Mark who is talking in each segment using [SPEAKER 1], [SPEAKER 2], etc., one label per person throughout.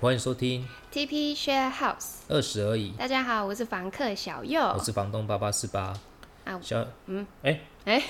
[SPEAKER 1] 欢迎收听
[SPEAKER 2] TP Share House。
[SPEAKER 1] 二十而已，
[SPEAKER 2] 大家好，我是房客小右。
[SPEAKER 1] 我是房东八八四八
[SPEAKER 2] 啊。
[SPEAKER 1] 小
[SPEAKER 2] 嗯，
[SPEAKER 1] 哎
[SPEAKER 2] 哎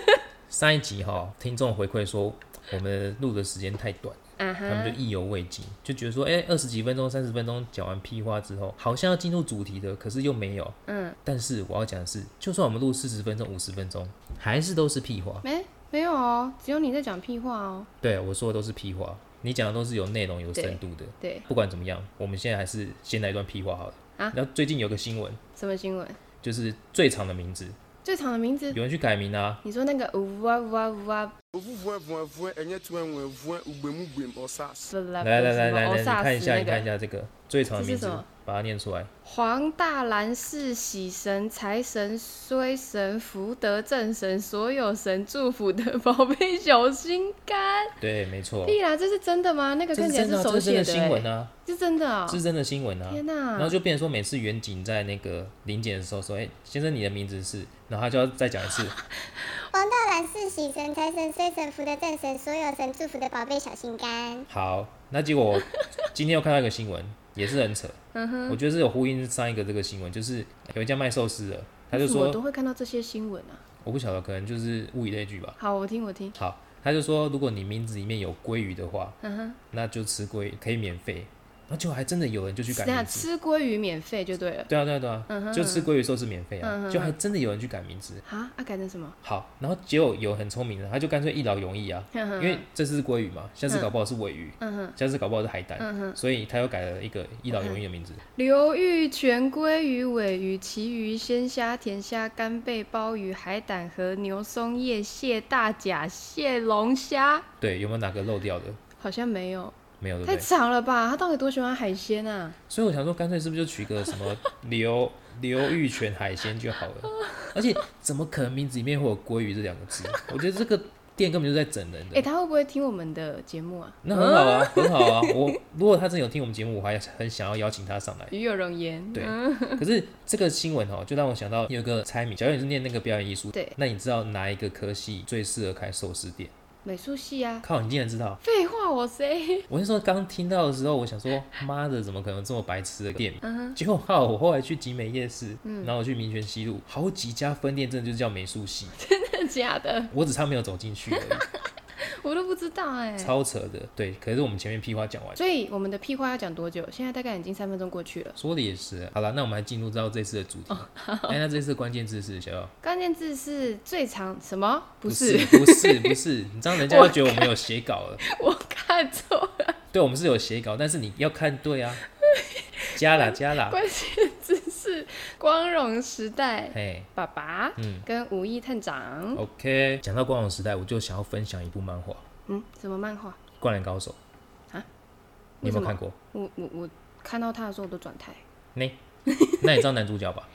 [SPEAKER 1] 上一集哈、听众回馈说我们录的时间太短，
[SPEAKER 2] 啊
[SPEAKER 1] 他们
[SPEAKER 2] 哈，
[SPEAKER 1] 就意犹未尽，就觉得说，哎、二十几分钟、三十分钟讲完屁话之后，好像要进入主题的，可是又没有。
[SPEAKER 2] 嗯，
[SPEAKER 1] 但是我要讲的是，就算我们录四十分钟、五十分钟，还是都是屁话。
[SPEAKER 2] 没没有哦，只有你在讲屁话哦。
[SPEAKER 1] 对我说的都是屁话，你讲的都是有内容、有
[SPEAKER 2] 对
[SPEAKER 1] 深度的。
[SPEAKER 2] 对，
[SPEAKER 1] 不管怎么样，我们现在还是先来一段屁话好了。
[SPEAKER 2] 啊
[SPEAKER 1] 然后最近有个新闻，
[SPEAKER 2] 什么新闻？
[SPEAKER 1] 就是最长的名字，
[SPEAKER 2] 最长的名字？
[SPEAKER 1] 有人去改名啊啦、
[SPEAKER 2] 你说那个呜哇呜哇呜哇，
[SPEAKER 3] Ovuvuevuevue, enyetuenwevue, ugbemugwem, osas.
[SPEAKER 2] 不啦
[SPEAKER 1] 来来来来来，你
[SPEAKER 2] 哦，萨
[SPEAKER 1] 看一
[SPEAKER 2] 斯
[SPEAKER 1] 下，
[SPEAKER 2] 那
[SPEAKER 1] 你看一
[SPEAKER 2] 个
[SPEAKER 1] 下这个最长的名
[SPEAKER 2] 这是
[SPEAKER 1] 字
[SPEAKER 2] 什么，
[SPEAKER 1] 把它念出来。
[SPEAKER 2] 黄大蓝氏喜神财神衰神福德正神所有神祝福的宝贝小心肝。
[SPEAKER 1] 对，没错，
[SPEAKER 2] 屁啦，哎这是真的吗？那个
[SPEAKER 1] 这
[SPEAKER 2] 看
[SPEAKER 1] 是
[SPEAKER 2] 起来
[SPEAKER 1] 真的啊，这
[SPEAKER 2] 手
[SPEAKER 1] 是真的
[SPEAKER 2] 写的、
[SPEAKER 1] 新闻
[SPEAKER 2] 欸，
[SPEAKER 1] 啊，
[SPEAKER 2] 是真的哦
[SPEAKER 1] 这。是真的新闻啊。
[SPEAKER 2] 天哪、
[SPEAKER 1] 然后就变成说，每次远景在那个临检的时候说：“哎、先生，你的名字是……”然后他就要再讲一 次。
[SPEAKER 4] 王大懒是喜神、财神、衰神、福德、正神，所有神祝福的宝贝小心肝。
[SPEAKER 1] 好，那结果今天又看到一个新闻，也是很扯。
[SPEAKER 2] 嗯
[SPEAKER 1] 我觉得是有呼应上一个这个新闻，就是有一家卖寿司的，他就
[SPEAKER 2] 为什么我
[SPEAKER 1] 说
[SPEAKER 2] 都：“会看到这些新闻啊。
[SPEAKER 1] 我不晓得，可能就是物以类聚吧。
[SPEAKER 2] 好，我听我听”。
[SPEAKER 1] 好，他就说，如果你名字里面有鲑鱼的话，
[SPEAKER 2] 嗯哼，
[SPEAKER 1] 那就吃鲑鱼可以免费。然后结果还真的有人就去改
[SPEAKER 2] 等下
[SPEAKER 1] 名字。
[SPEAKER 2] 吃鲑鱼免费就对了。
[SPEAKER 1] 对啊，对啊，对啊，就吃鲑鱼寿司免费啊，
[SPEAKER 2] 嗯哼
[SPEAKER 1] 就还真的有人去改名字。
[SPEAKER 2] 啊，啊改成什么？
[SPEAKER 1] 好，然后结果有很聪明的，他就干脆一劳永逸啊，因
[SPEAKER 2] 因
[SPEAKER 1] 为这次是鲑
[SPEAKER 2] 嗯
[SPEAKER 1] 鱼嘛，下次搞不好是尾鱼，下次搞不好是海胆，所以他又改了一个一劳永逸的名字。
[SPEAKER 2] 嗯流域全鲑鱼、尾鱼、旗鱼、鲜虾、甜虾、干贝、鲍鱼、海胆和牛松叶蟹、大甲蟹、龙虾，
[SPEAKER 1] 对，有没有哪个漏掉的？
[SPEAKER 2] 好像没有，
[SPEAKER 1] 没有，对不
[SPEAKER 2] 太
[SPEAKER 1] 对？
[SPEAKER 2] 长了吧？他到底多喜欢海鲜啊？
[SPEAKER 1] 所以我想说，干脆是不是就取个什么流流域全海鲜就好了？而且怎么可能名字里面会有鲑鱼这两个字？我觉得这个店根本就是在整人
[SPEAKER 2] 哎、
[SPEAKER 1] 的。
[SPEAKER 2] 他会不会听我们的节目啊？
[SPEAKER 1] 那很好啊，很好啊！我如果他真的有听我们节目，我还很想要邀请他上来。
[SPEAKER 2] 鱼有容颜，
[SPEAKER 1] 对，可是这个新闻哦，就让我想到有一个猜谜。小月你是念那个表演艺术，
[SPEAKER 2] 对
[SPEAKER 1] 那你知道哪一个科系最适合开寿司店？
[SPEAKER 2] 美术系啊。
[SPEAKER 1] 靠，你竟然知道！
[SPEAKER 2] 废话，我谁？
[SPEAKER 1] 我那时候刚听到的时候，我想说，妈的，怎么可能这么白痴的店名？
[SPEAKER 2] 嗯
[SPEAKER 1] 结果哈，我后来去集美夜市，然后我去民权西路，好几家分店真的就是叫美术 系，
[SPEAKER 2] 真的假的？
[SPEAKER 1] 我只差没有走进去 而已，
[SPEAKER 2] 我都不知道哎、
[SPEAKER 1] 超扯的。对，可是我们前面屁话讲完，
[SPEAKER 2] 所以我们的屁话要讲多久？现在大概已经三分钟过去了。
[SPEAKER 1] 说的也是。好了，那我们还进入到这次的主题。
[SPEAKER 2] 哦
[SPEAKER 1] 哎、那这次的关键字是小耀。
[SPEAKER 2] 关键字是最长什么？不是，
[SPEAKER 1] 不 是，不是，你这样人家
[SPEAKER 2] 我
[SPEAKER 1] 就觉得我们有写稿了。
[SPEAKER 2] 我看错了，
[SPEAKER 1] 对，我们是有写稿，但是你要看对 啊，加啦加啦，
[SPEAKER 2] 关键字是光荣时代
[SPEAKER 1] 嘿。
[SPEAKER 2] 爸爸
[SPEAKER 1] 嗯
[SPEAKER 2] 跟武义探长。
[SPEAKER 1] OK，讲到光荣时代，我就想要分享一部漫画《
[SPEAKER 2] 嗯，什么漫画？
[SPEAKER 1] 灌篮高手》
[SPEAKER 2] 啊？
[SPEAKER 1] 你有没
[SPEAKER 2] 为什
[SPEAKER 1] 有
[SPEAKER 2] 么
[SPEAKER 1] 看过？
[SPEAKER 2] 我我我看到他的时候我都转台。
[SPEAKER 1] 那 那你知道男主角吧？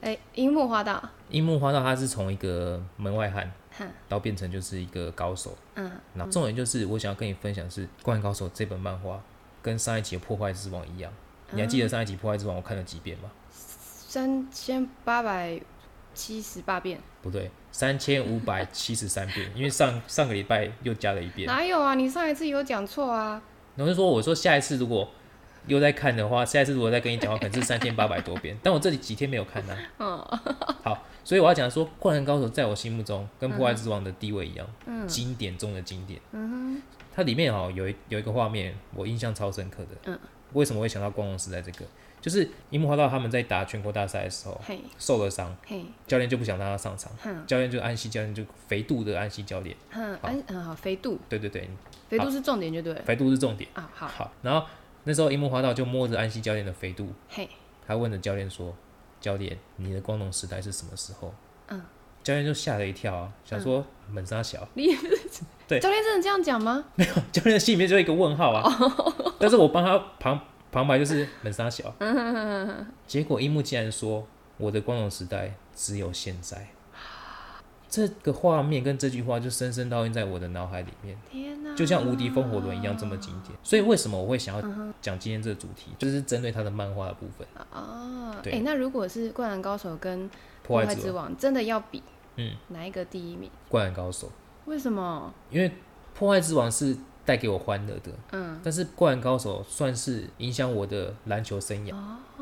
[SPEAKER 2] 哎、樱木花道，
[SPEAKER 1] 樱木花道他是从一个门外汉，
[SPEAKER 2] 哼，
[SPEAKER 1] 然后变成就是一个高手。
[SPEAKER 2] 嗯，
[SPEAKER 1] 那重点就是我想要跟你分享是《灌篮高手》这本漫画跟上一集的《破坏之王》一样，
[SPEAKER 2] 啊
[SPEAKER 1] 你还记得上一集《破坏之王》我看了几遍吗？
[SPEAKER 2] 三千八百七十八变，
[SPEAKER 1] 不对，三千五百七十三遍， 因为上上个礼拜又加了一遍。
[SPEAKER 2] 哪有啊？你上一次有讲错啊？
[SPEAKER 1] 然后就说，我说下一次如果又在看的话，下一次如果再跟你讲话，可能是三千八百多遍，但我这里几天没有看呢、啊
[SPEAKER 2] 哦
[SPEAKER 1] 好，所以我要讲说，《灌篮高手》在我心目中跟《破坏之王》的地位一样，经典中的经典。它里面哦有一有一个画面，我印象超深刻的。为什么会想到光荣时代这个？就是樱木花道他们在打全国大赛的时候
[SPEAKER 2] 嘿
[SPEAKER 1] 受了伤，
[SPEAKER 2] 嘿，
[SPEAKER 1] 教练就不想让他上场，
[SPEAKER 2] 哼
[SPEAKER 1] 教练就安西教练就肥度的安西教练，
[SPEAKER 2] 哼，嗯嗯好，肥度，
[SPEAKER 1] 对对对，
[SPEAKER 2] 肥度是重点就对了。
[SPEAKER 1] 肥度是重点。
[SPEAKER 2] 啊好，
[SPEAKER 1] 好，然后那时候樱木花道就摸着安西教练的肥度，
[SPEAKER 2] 嘿，
[SPEAKER 1] 他问了教练说：“教练，你的光荣时代是什么时候？”
[SPEAKER 2] 嗯，
[SPEAKER 1] 教练就吓了一跳啊，想说门杀小， 对
[SPEAKER 2] 教练真的这样讲吗？
[SPEAKER 1] 教练心里面就一个问号啊。
[SPEAKER 2] 哦
[SPEAKER 1] 但是我帮他旁旁白就是门杀小，
[SPEAKER 2] 嗯
[SPEAKER 1] 结果樱木竟然说：“我的光荣时代只有现在。”这个画面跟这句话就深深烙印在我的脑海里面。
[SPEAKER 2] 天哪、
[SPEAKER 1] 就像《无敌风火轮》一样这么经典。所以为什么我会想
[SPEAKER 2] 嗯
[SPEAKER 1] 要讲今天这个主题，就是针对他的漫画的部分，
[SPEAKER 2] 哦，哎、
[SPEAKER 1] 对
[SPEAKER 2] 那如果是《灌篮高手》跟《
[SPEAKER 1] 破
[SPEAKER 2] 破
[SPEAKER 1] 坏
[SPEAKER 2] 坏
[SPEAKER 1] 之
[SPEAKER 2] 之
[SPEAKER 1] 王、
[SPEAKER 2] 王》真的要比，
[SPEAKER 1] 嗯，
[SPEAKER 2] 哪一个第一名？
[SPEAKER 1] 灌篮高手，
[SPEAKER 2] 为什么？
[SPEAKER 1] 因为破坏之王是带给我欢乐的。
[SPEAKER 2] 嗯，
[SPEAKER 1] 但是《灌篮高手》算是影响我的篮球生涯。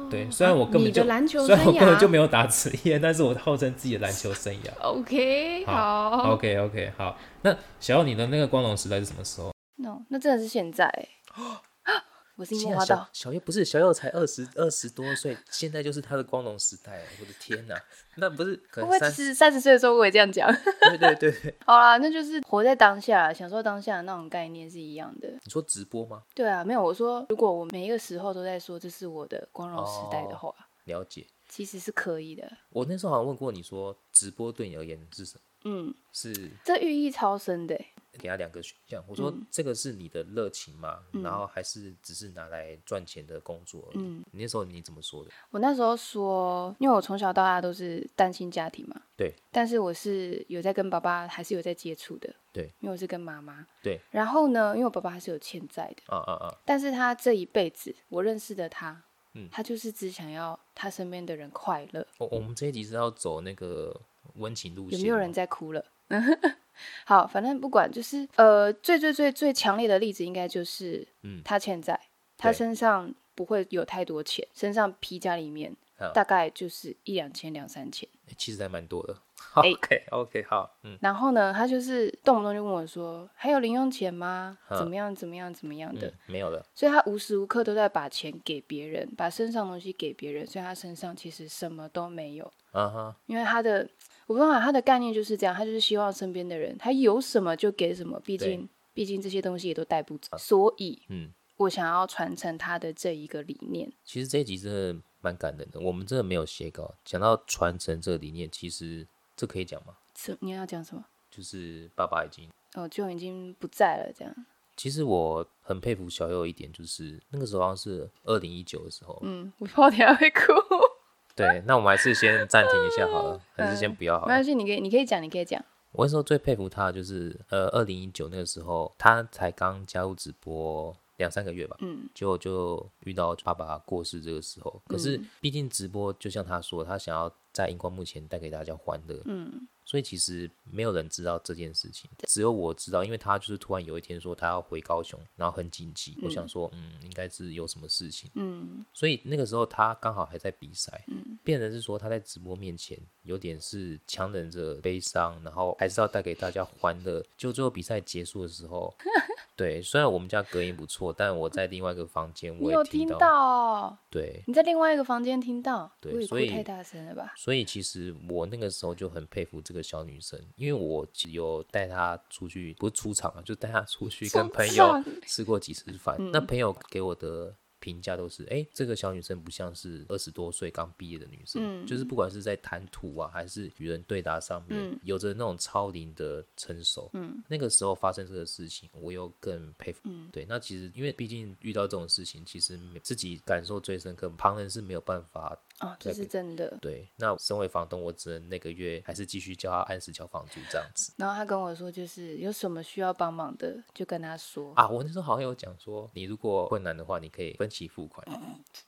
[SPEAKER 1] 对，虽然我根
[SPEAKER 2] 哦啊你
[SPEAKER 1] 本就、
[SPEAKER 2] 的篮球
[SPEAKER 1] 虽然我
[SPEAKER 2] 生
[SPEAKER 1] 根本就
[SPEAKER 2] 涯
[SPEAKER 1] 没有打职业，但是我号称自己的篮球生 涯。
[SPEAKER 2] OK，
[SPEAKER 1] 好
[SPEAKER 2] 好
[SPEAKER 1] OK OK，好。那小耀，你的那个光荣时代是什么时候？
[SPEAKER 2] ，No，那真的是现在 欸。我是樱木花道，
[SPEAKER 1] 小叶不是小叶才二十二十多岁，现在就是他的光荣时代。我的天哪、 那不是可
[SPEAKER 2] 会不会
[SPEAKER 1] 能
[SPEAKER 2] 其
[SPEAKER 1] 三十？
[SPEAKER 2] 实三十岁的时候我也这样讲？
[SPEAKER 1] 对对对 对，
[SPEAKER 2] 好啦，那就是活在当下，享受当下的那种概念是一样的。
[SPEAKER 1] 你说直播吗？
[SPEAKER 2] 对啊，没有我说，如果我每一个时候都在说这是我的光荣时代的话，
[SPEAKER 1] 了解。
[SPEAKER 2] 其实是可以的。
[SPEAKER 1] 我那时候好像问过你说，直播对你而言是什么？
[SPEAKER 2] 嗯，
[SPEAKER 1] 是
[SPEAKER 2] 这寓意超深的欸。
[SPEAKER 1] 给他两个选项，我
[SPEAKER 2] 嗯
[SPEAKER 1] 说这个是你的热情吗？然后还是只是拿来赚钱的工作而已？
[SPEAKER 2] 嗯
[SPEAKER 1] 你那时候你怎么说的？
[SPEAKER 2] 我那时候说，因为我从小到大都是单亲家庭嘛，
[SPEAKER 1] 对，
[SPEAKER 2] 但是我是有在跟爸爸还是有在接触的，
[SPEAKER 1] 对，
[SPEAKER 2] 因为我是跟妈妈，
[SPEAKER 1] 对，
[SPEAKER 2] 然后呢，因为我爸爸还是有欠债的，
[SPEAKER 1] 啊啊啊，
[SPEAKER 2] 但是他这一辈子我认识的他，
[SPEAKER 1] 嗯
[SPEAKER 2] 他就是只想要他身边的人快乐，
[SPEAKER 1] 我我们这一集是要走那个温情路
[SPEAKER 2] 有
[SPEAKER 1] 线吗，
[SPEAKER 2] 没有人在哭了？ 好，反正不管，就是呃，最最最最强烈的例子应该就是，
[SPEAKER 1] 嗯
[SPEAKER 2] 他欠债，他
[SPEAKER 1] 对
[SPEAKER 2] 身上不会有太多钱，身上皮夹里面
[SPEAKER 1] 啊
[SPEAKER 2] 大概就是一两千、两三千。
[SPEAKER 1] 欸其实还蛮多的。
[SPEAKER 2] 哎
[SPEAKER 1] OK OK，好，嗯，
[SPEAKER 2] 然后呢，他就是动不动就问我说：“还有零用钱吗？
[SPEAKER 1] 啊
[SPEAKER 2] 怎么样？怎么样？怎么样的
[SPEAKER 1] 嗯？”没有了，
[SPEAKER 2] 所以他无时无刻都在把钱给别人，把身上的东西给别人，所以他身上其实什么都没有。
[SPEAKER 1] 啊哈，
[SPEAKER 2] 因为他的我不知道啊他的概念就是这样，他就是希望身边的人他有什么就给什么，毕
[SPEAKER 1] 对
[SPEAKER 2] 竟毕竟这些东西也都带不走，所以
[SPEAKER 1] 嗯，
[SPEAKER 2] 我想要传承他的这一个理念。
[SPEAKER 1] 其实这一集真的蛮感人的，我们真的没有写稿。讲到传承这个理念，其实这可以讲吗？
[SPEAKER 2] 这你要讲什么？
[SPEAKER 1] 就是爸爸已经
[SPEAKER 2] 哦，就已经不在了，这样。
[SPEAKER 1] 其实我很佩服小友一点，就是那个时候好像是二零一九的时候，
[SPEAKER 2] 嗯，我 怕我等一下会哭。
[SPEAKER 1] 对，那我们还是先暂停一下好 了，还是先不要好
[SPEAKER 2] 嗯没
[SPEAKER 1] 了
[SPEAKER 2] 关。系，你可以，你可以讲，你可以讲。
[SPEAKER 1] 我那时候最佩服他的就是，呃，二零一九那个时候他才刚加入直播两三个月吧，
[SPEAKER 2] 嗯，
[SPEAKER 1] 结果就遇到爸爸过世这个时候。可是
[SPEAKER 2] 嗯
[SPEAKER 1] 毕竟直播就像他说，他想要在荧光幕前带给大家欢乐，
[SPEAKER 2] 嗯，
[SPEAKER 1] 所以其实没有人知道这件事情，只有我知道，因为他就是突然有一天说他要回高雄，然后很紧急，我想说，嗯，应该是有什么事情，
[SPEAKER 2] 嗯，
[SPEAKER 1] 所以那个时候他刚好还在比赛，变成是说他在直播面前有点是强忍着悲伤，然后还是要带给大家欢乐。就最后比赛结束的时 候，对，虽然我们家隔音不错，但我在另外一个房间
[SPEAKER 2] 你
[SPEAKER 1] 我
[SPEAKER 2] 有
[SPEAKER 1] 也
[SPEAKER 2] 听
[SPEAKER 1] 到，
[SPEAKER 2] 到哦？
[SPEAKER 1] 对，
[SPEAKER 2] 你在另外一个房间听到？
[SPEAKER 1] 对
[SPEAKER 2] 我也
[SPEAKER 1] 所
[SPEAKER 2] 哭
[SPEAKER 1] 以
[SPEAKER 2] 太大声了吧？
[SPEAKER 1] 所以其实我那个时候就很佩服这个小女生，因为我其实有带她出去，不是出场啊，就带她出去跟
[SPEAKER 2] 出
[SPEAKER 1] 朋友
[SPEAKER 2] 场嗯
[SPEAKER 1] 吃过几次饭。那朋友给我的评价都是，哎、这个小女生不像是二十多岁刚毕业的女生，
[SPEAKER 2] 嗯
[SPEAKER 1] 就是不管是在谈吐啊，还是与人对答上面，
[SPEAKER 2] 嗯
[SPEAKER 1] 有着那种超龄的成熟。
[SPEAKER 2] 嗯，
[SPEAKER 1] 那个时候发生这个事情，我又更佩服。
[SPEAKER 2] 嗯
[SPEAKER 1] 对，那其实因为毕竟遇到这种事情，其实自己感受最深刻，旁人是没有办法
[SPEAKER 2] 哦，这是真的。
[SPEAKER 1] 对，那身为房东，我只能那个月还是继续叫他按时交房租这样子
[SPEAKER 2] 然后他跟我说，就是有什么需要帮忙的，就跟他说。
[SPEAKER 1] 啊。我那时候好像有讲说，你如果困难的话，你可以分期付款，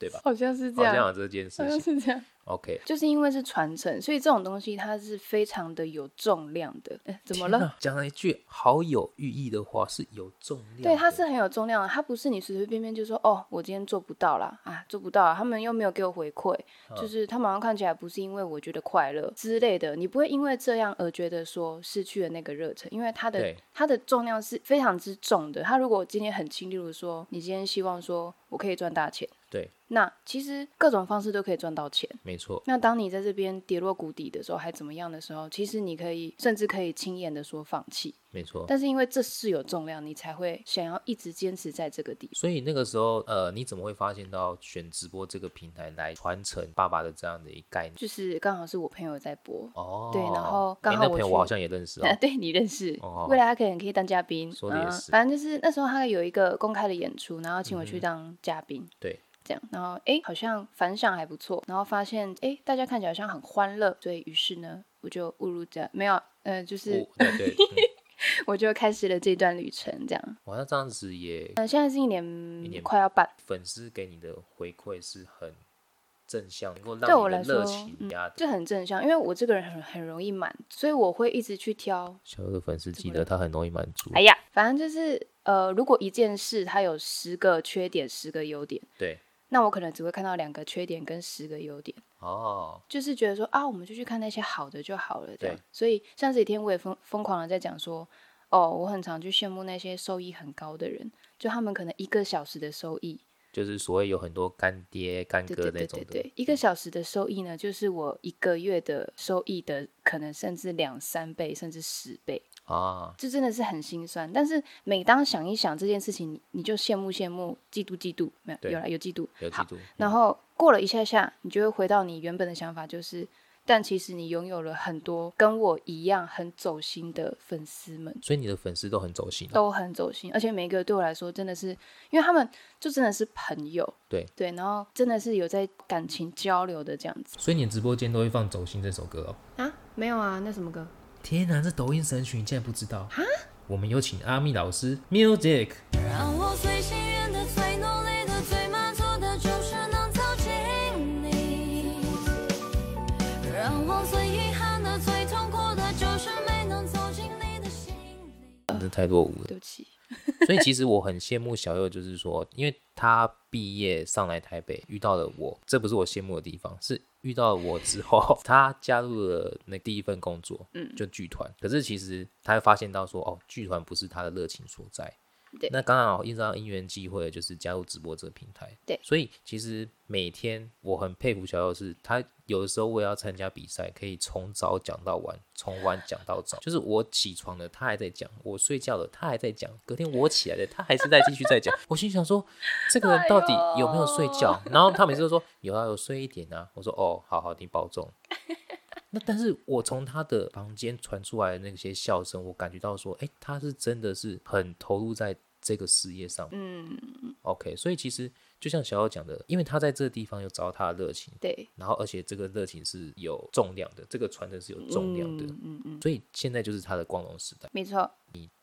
[SPEAKER 1] 对吧？
[SPEAKER 2] 好像是
[SPEAKER 1] 好
[SPEAKER 2] 嗯这
[SPEAKER 1] 像
[SPEAKER 2] 样，嗯
[SPEAKER 1] 有这件
[SPEAKER 2] 好
[SPEAKER 1] 事
[SPEAKER 2] 像
[SPEAKER 1] 情。
[SPEAKER 2] 是这样，
[SPEAKER 1] OK，
[SPEAKER 2] 就是因为是传承，所以这种东西它是非常的有重量的。哎，怎么
[SPEAKER 1] 天
[SPEAKER 2] 了？
[SPEAKER 1] 哪？讲了一句好有寓意的话，是有重量。
[SPEAKER 2] 对，它是。很有重量的，它不是你随随便便就说哦，我今天做不到啦，啊，做不到啊，他们又没有给我回馈，就是他们好像看起来不是因为我觉得快乐之类的，你不会因为这样而觉得说失去了那个热忱，因为它的
[SPEAKER 1] 对
[SPEAKER 2] 它的重量是非常之重的。它如果今天很轻，例如说你今天希望说我可以赚大钱，
[SPEAKER 1] 对，
[SPEAKER 2] 那其实各种方式都可以赚到钱。
[SPEAKER 1] 没错，
[SPEAKER 2] 那当你在这边跌落谷底的时候，还怎么样的时候，其实你可以甚至可以轻言的说放弃，
[SPEAKER 1] 没错。
[SPEAKER 2] 但是因为这是有重量，你才会想要一直坚持在这个地方。
[SPEAKER 1] 所以那个时候，呃，你怎么会发现到选直播这个平台来传承爸爸的这样的一概念？
[SPEAKER 2] 就是刚好是我朋友在播，
[SPEAKER 1] 哦，
[SPEAKER 2] 对然后
[SPEAKER 1] 诶
[SPEAKER 2] 刚好
[SPEAKER 1] 那
[SPEAKER 2] 我
[SPEAKER 1] 朋友
[SPEAKER 2] 去
[SPEAKER 1] 我好像也认识哦
[SPEAKER 2] 啊，。对你认识，
[SPEAKER 1] 哦
[SPEAKER 2] 未来他可能可以当嘉宾，
[SPEAKER 1] 说得也
[SPEAKER 2] 嗯
[SPEAKER 1] 是嗯
[SPEAKER 2] 反正就是那时候他有一个公开的演出，然后请我去当嘉宾。
[SPEAKER 1] 对，
[SPEAKER 2] 这样，然后哎，诶好像反响还不错，然后发现哎，诶大家看起来好像很欢乐，所以于是呢，我就误入这没有，呃， 就是
[SPEAKER 1] 我对对，嗯
[SPEAKER 2] 我就开始了这段旅程，这样。
[SPEAKER 1] 我好像这样子也
[SPEAKER 2] 呃，现在是一
[SPEAKER 1] 一
[SPEAKER 2] 年
[SPEAKER 1] 年
[SPEAKER 2] 快要半，
[SPEAKER 1] 粉丝给你的回馈是很正向，能够
[SPEAKER 2] 对我
[SPEAKER 1] 让
[SPEAKER 2] 来
[SPEAKER 1] 你的热
[SPEAKER 2] 说嗯
[SPEAKER 1] 情压的。
[SPEAKER 2] 这很正向，因为我这个人很很容易满，所以我会一直去挑
[SPEAKER 1] 小优的粉丝记
[SPEAKER 2] 么
[SPEAKER 1] 得
[SPEAKER 2] 了
[SPEAKER 1] 他很容易满足，
[SPEAKER 2] 哎呀，反正就是呃，如果一件事它有十个缺点、十个优点，
[SPEAKER 1] 对，
[SPEAKER 2] 那我可能只会看到两个缺点跟十个优点，
[SPEAKER 1] 哦，
[SPEAKER 2] 就是觉得说啊，我们就去看那些好的就好了，这样
[SPEAKER 1] 对。
[SPEAKER 2] 所以像这几天我也疯疯狂的在讲说，哦，我很常去羡慕那些收益很高的人，就他们可能一个小时的收益，
[SPEAKER 1] 就是所谓有很多干爹干
[SPEAKER 2] 对
[SPEAKER 1] 哥
[SPEAKER 2] 对
[SPEAKER 1] 那
[SPEAKER 2] 对
[SPEAKER 1] 种
[SPEAKER 2] 对
[SPEAKER 1] 的，嗯
[SPEAKER 2] 对，一个小时的收益呢，就是我一个月的收益的可能甚至两三倍，甚至十倍。
[SPEAKER 1] 啊，
[SPEAKER 2] 这真的是很心酸。但是每当想一想这件事情，你你就羡慕羡慕，嫉妒嫉妒，没有
[SPEAKER 1] 对
[SPEAKER 2] 有啦有嫉妒，
[SPEAKER 1] 有嫉
[SPEAKER 2] 好。
[SPEAKER 1] 妒，嗯
[SPEAKER 2] 然后过了一下下，你就会回到你原本的想法，就是，但其实你拥有了很多跟我一样很走心的粉丝们，
[SPEAKER 1] 所以你的粉丝都很走心、啊，
[SPEAKER 2] 都很走心，而且每一个对我来说真的是，因为他们就真的是朋友，
[SPEAKER 1] 对
[SPEAKER 2] 对，然后真的是有在感情交流的这样子
[SPEAKER 5] 所以你的直播间都会放《走心》这首歌哦。
[SPEAKER 2] 啊？没有啊，那什么歌？
[SPEAKER 5] 天哪，这抖音神曲你竟然不知道？我们有请阿密老师 music。
[SPEAKER 6] 让我最信任的、最努力的、最满足的，就是能走进你；让我最遗憾的、最痛苦的，就是没能走进你的心里。
[SPEAKER 1] 真的太落伍了。
[SPEAKER 2] 对不起，
[SPEAKER 1] 所以其实我很羡慕小佑，就是说，因为他毕业上来台北遇到了我，这不是我羡慕的地方，是遇到了我之后， 他加入了那第一份工作，嗯，就剧团。可是其实他发现到说，哦，剧团不是他的热情所在。
[SPEAKER 2] 对
[SPEAKER 1] 那刚好一张因缘机会，就是加入直播这个平台。
[SPEAKER 2] 对
[SPEAKER 1] 所以其实每天我很佩服小佑，是他有的时候我也要参加比赛，可以从早讲到晚，从晚讲到早。就是我起床了，他还在讲；我睡觉了，他还在讲；隔天我起来了，他还是在继续在讲。我心想说，这个人到底有没有睡觉？然后他每次都说有啊，有睡一点啊。我说哦，好好，你保重。那但是我从他的房间传出来的那些笑声，我感觉到说，哎、他是真的是很投入在这个事业上。
[SPEAKER 2] 嗯，
[SPEAKER 1] OK，所以其实就像小友讲的，因为他在这个地方有找到他的热情，
[SPEAKER 2] 对，
[SPEAKER 1] 然后而且这个热情是有重量的，这个传承是有重量的，
[SPEAKER 2] 嗯嗯嗯，
[SPEAKER 1] 所以现在就是他的光荣时代。
[SPEAKER 2] 没错。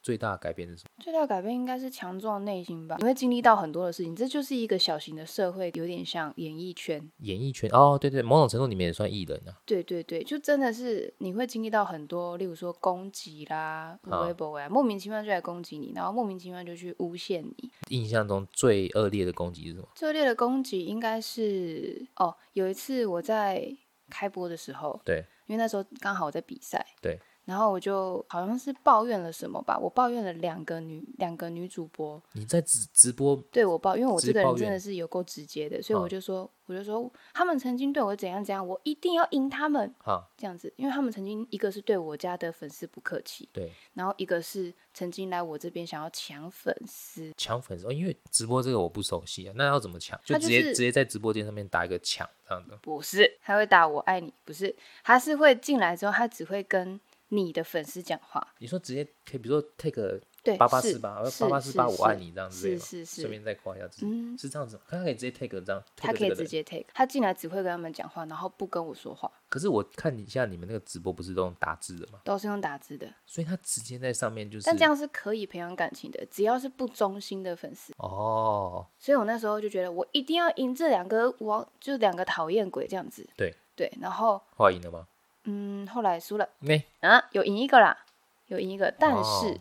[SPEAKER 1] 最大的改变是什么？
[SPEAKER 2] 最大的改变应该是强壮内心吧，你会经历到很多的事情，这就是一个小型的社会，有点像演艺圈。
[SPEAKER 1] 演艺圈哦，对对，某种程度你们也算艺人啊。
[SPEAKER 2] 对对对，就真的是你会经历到很多，例如说攻击啦、
[SPEAKER 1] 啊
[SPEAKER 2] 微博啊，莫名其妙就来攻击你，然后莫名其妙就去诬陷你。
[SPEAKER 1] 印象中最恶劣的攻击是什么？
[SPEAKER 2] 最烈的攻击应该是哦，有一次我在开播的时候，
[SPEAKER 1] 对，
[SPEAKER 2] 因为那时候刚好我在比赛，
[SPEAKER 1] 对，
[SPEAKER 2] 然后我就好像是抱怨了什么吧，我抱怨了两个女两个女主播，
[SPEAKER 1] 你在直直播
[SPEAKER 2] 对我抱，因为我
[SPEAKER 1] 直
[SPEAKER 2] 这个
[SPEAKER 1] 抱
[SPEAKER 2] 人真
[SPEAKER 1] 怨
[SPEAKER 2] 的是有够直接的，所以
[SPEAKER 1] 啊
[SPEAKER 2] 我就说，我就说他们曾经对我怎样怎样，我一定要赢他们
[SPEAKER 1] 哈，
[SPEAKER 2] 这样子，因为他们曾经一个是对我家的粉丝不客气，
[SPEAKER 1] 对，
[SPEAKER 2] 然后一个是曾经来我这边想要抢粉丝，
[SPEAKER 1] 抢粉丝、哦，因为直播这个我不熟悉啊，那要怎么抢？就
[SPEAKER 2] 他
[SPEAKER 1] 直
[SPEAKER 2] 就
[SPEAKER 1] 接、
[SPEAKER 2] 是
[SPEAKER 1] 直接在直播间上面打一个抢这样的。
[SPEAKER 2] 不是，他会打我爱你，不是，他是会进来之后，他只会跟你的粉丝讲话，
[SPEAKER 1] 你说直接可以，比如说 take
[SPEAKER 2] 对，
[SPEAKER 1] 八八
[SPEAKER 2] 是
[SPEAKER 1] 四八，
[SPEAKER 2] 是
[SPEAKER 1] 八八四八，
[SPEAKER 2] 是
[SPEAKER 1] 我爱
[SPEAKER 2] 是
[SPEAKER 1] 你这样之类的，
[SPEAKER 2] 是是
[SPEAKER 1] 顺
[SPEAKER 2] 是
[SPEAKER 1] 便。再夸一下自己，
[SPEAKER 2] 嗯
[SPEAKER 1] 是这样子吗，他可以直接 take 这样，
[SPEAKER 2] 他
[SPEAKER 1] take
[SPEAKER 2] 可以
[SPEAKER 1] 这个
[SPEAKER 2] 直
[SPEAKER 1] 人。
[SPEAKER 2] 接 take，他进来只会跟他们讲话，然后不跟我说话，
[SPEAKER 1] 可是我看一下你们那个直播不是都用打字的嘛，
[SPEAKER 2] 都是用打字的。
[SPEAKER 1] 所以他直接在上面就是，
[SPEAKER 2] 但这样是可以培养感情的，只要是不忠心的粉丝。
[SPEAKER 1] 哦，
[SPEAKER 2] 所以我那时候就觉得，我一定要赢这两个王，就两个讨厌鬼这样子。
[SPEAKER 1] 对
[SPEAKER 2] 对，然后
[SPEAKER 1] 后来赢了吗？
[SPEAKER 2] 嗯，后来输了
[SPEAKER 1] 没、
[SPEAKER 2] 啊，有赢一个啦，有赢一个。但是、
[SPEAKER 1] 哦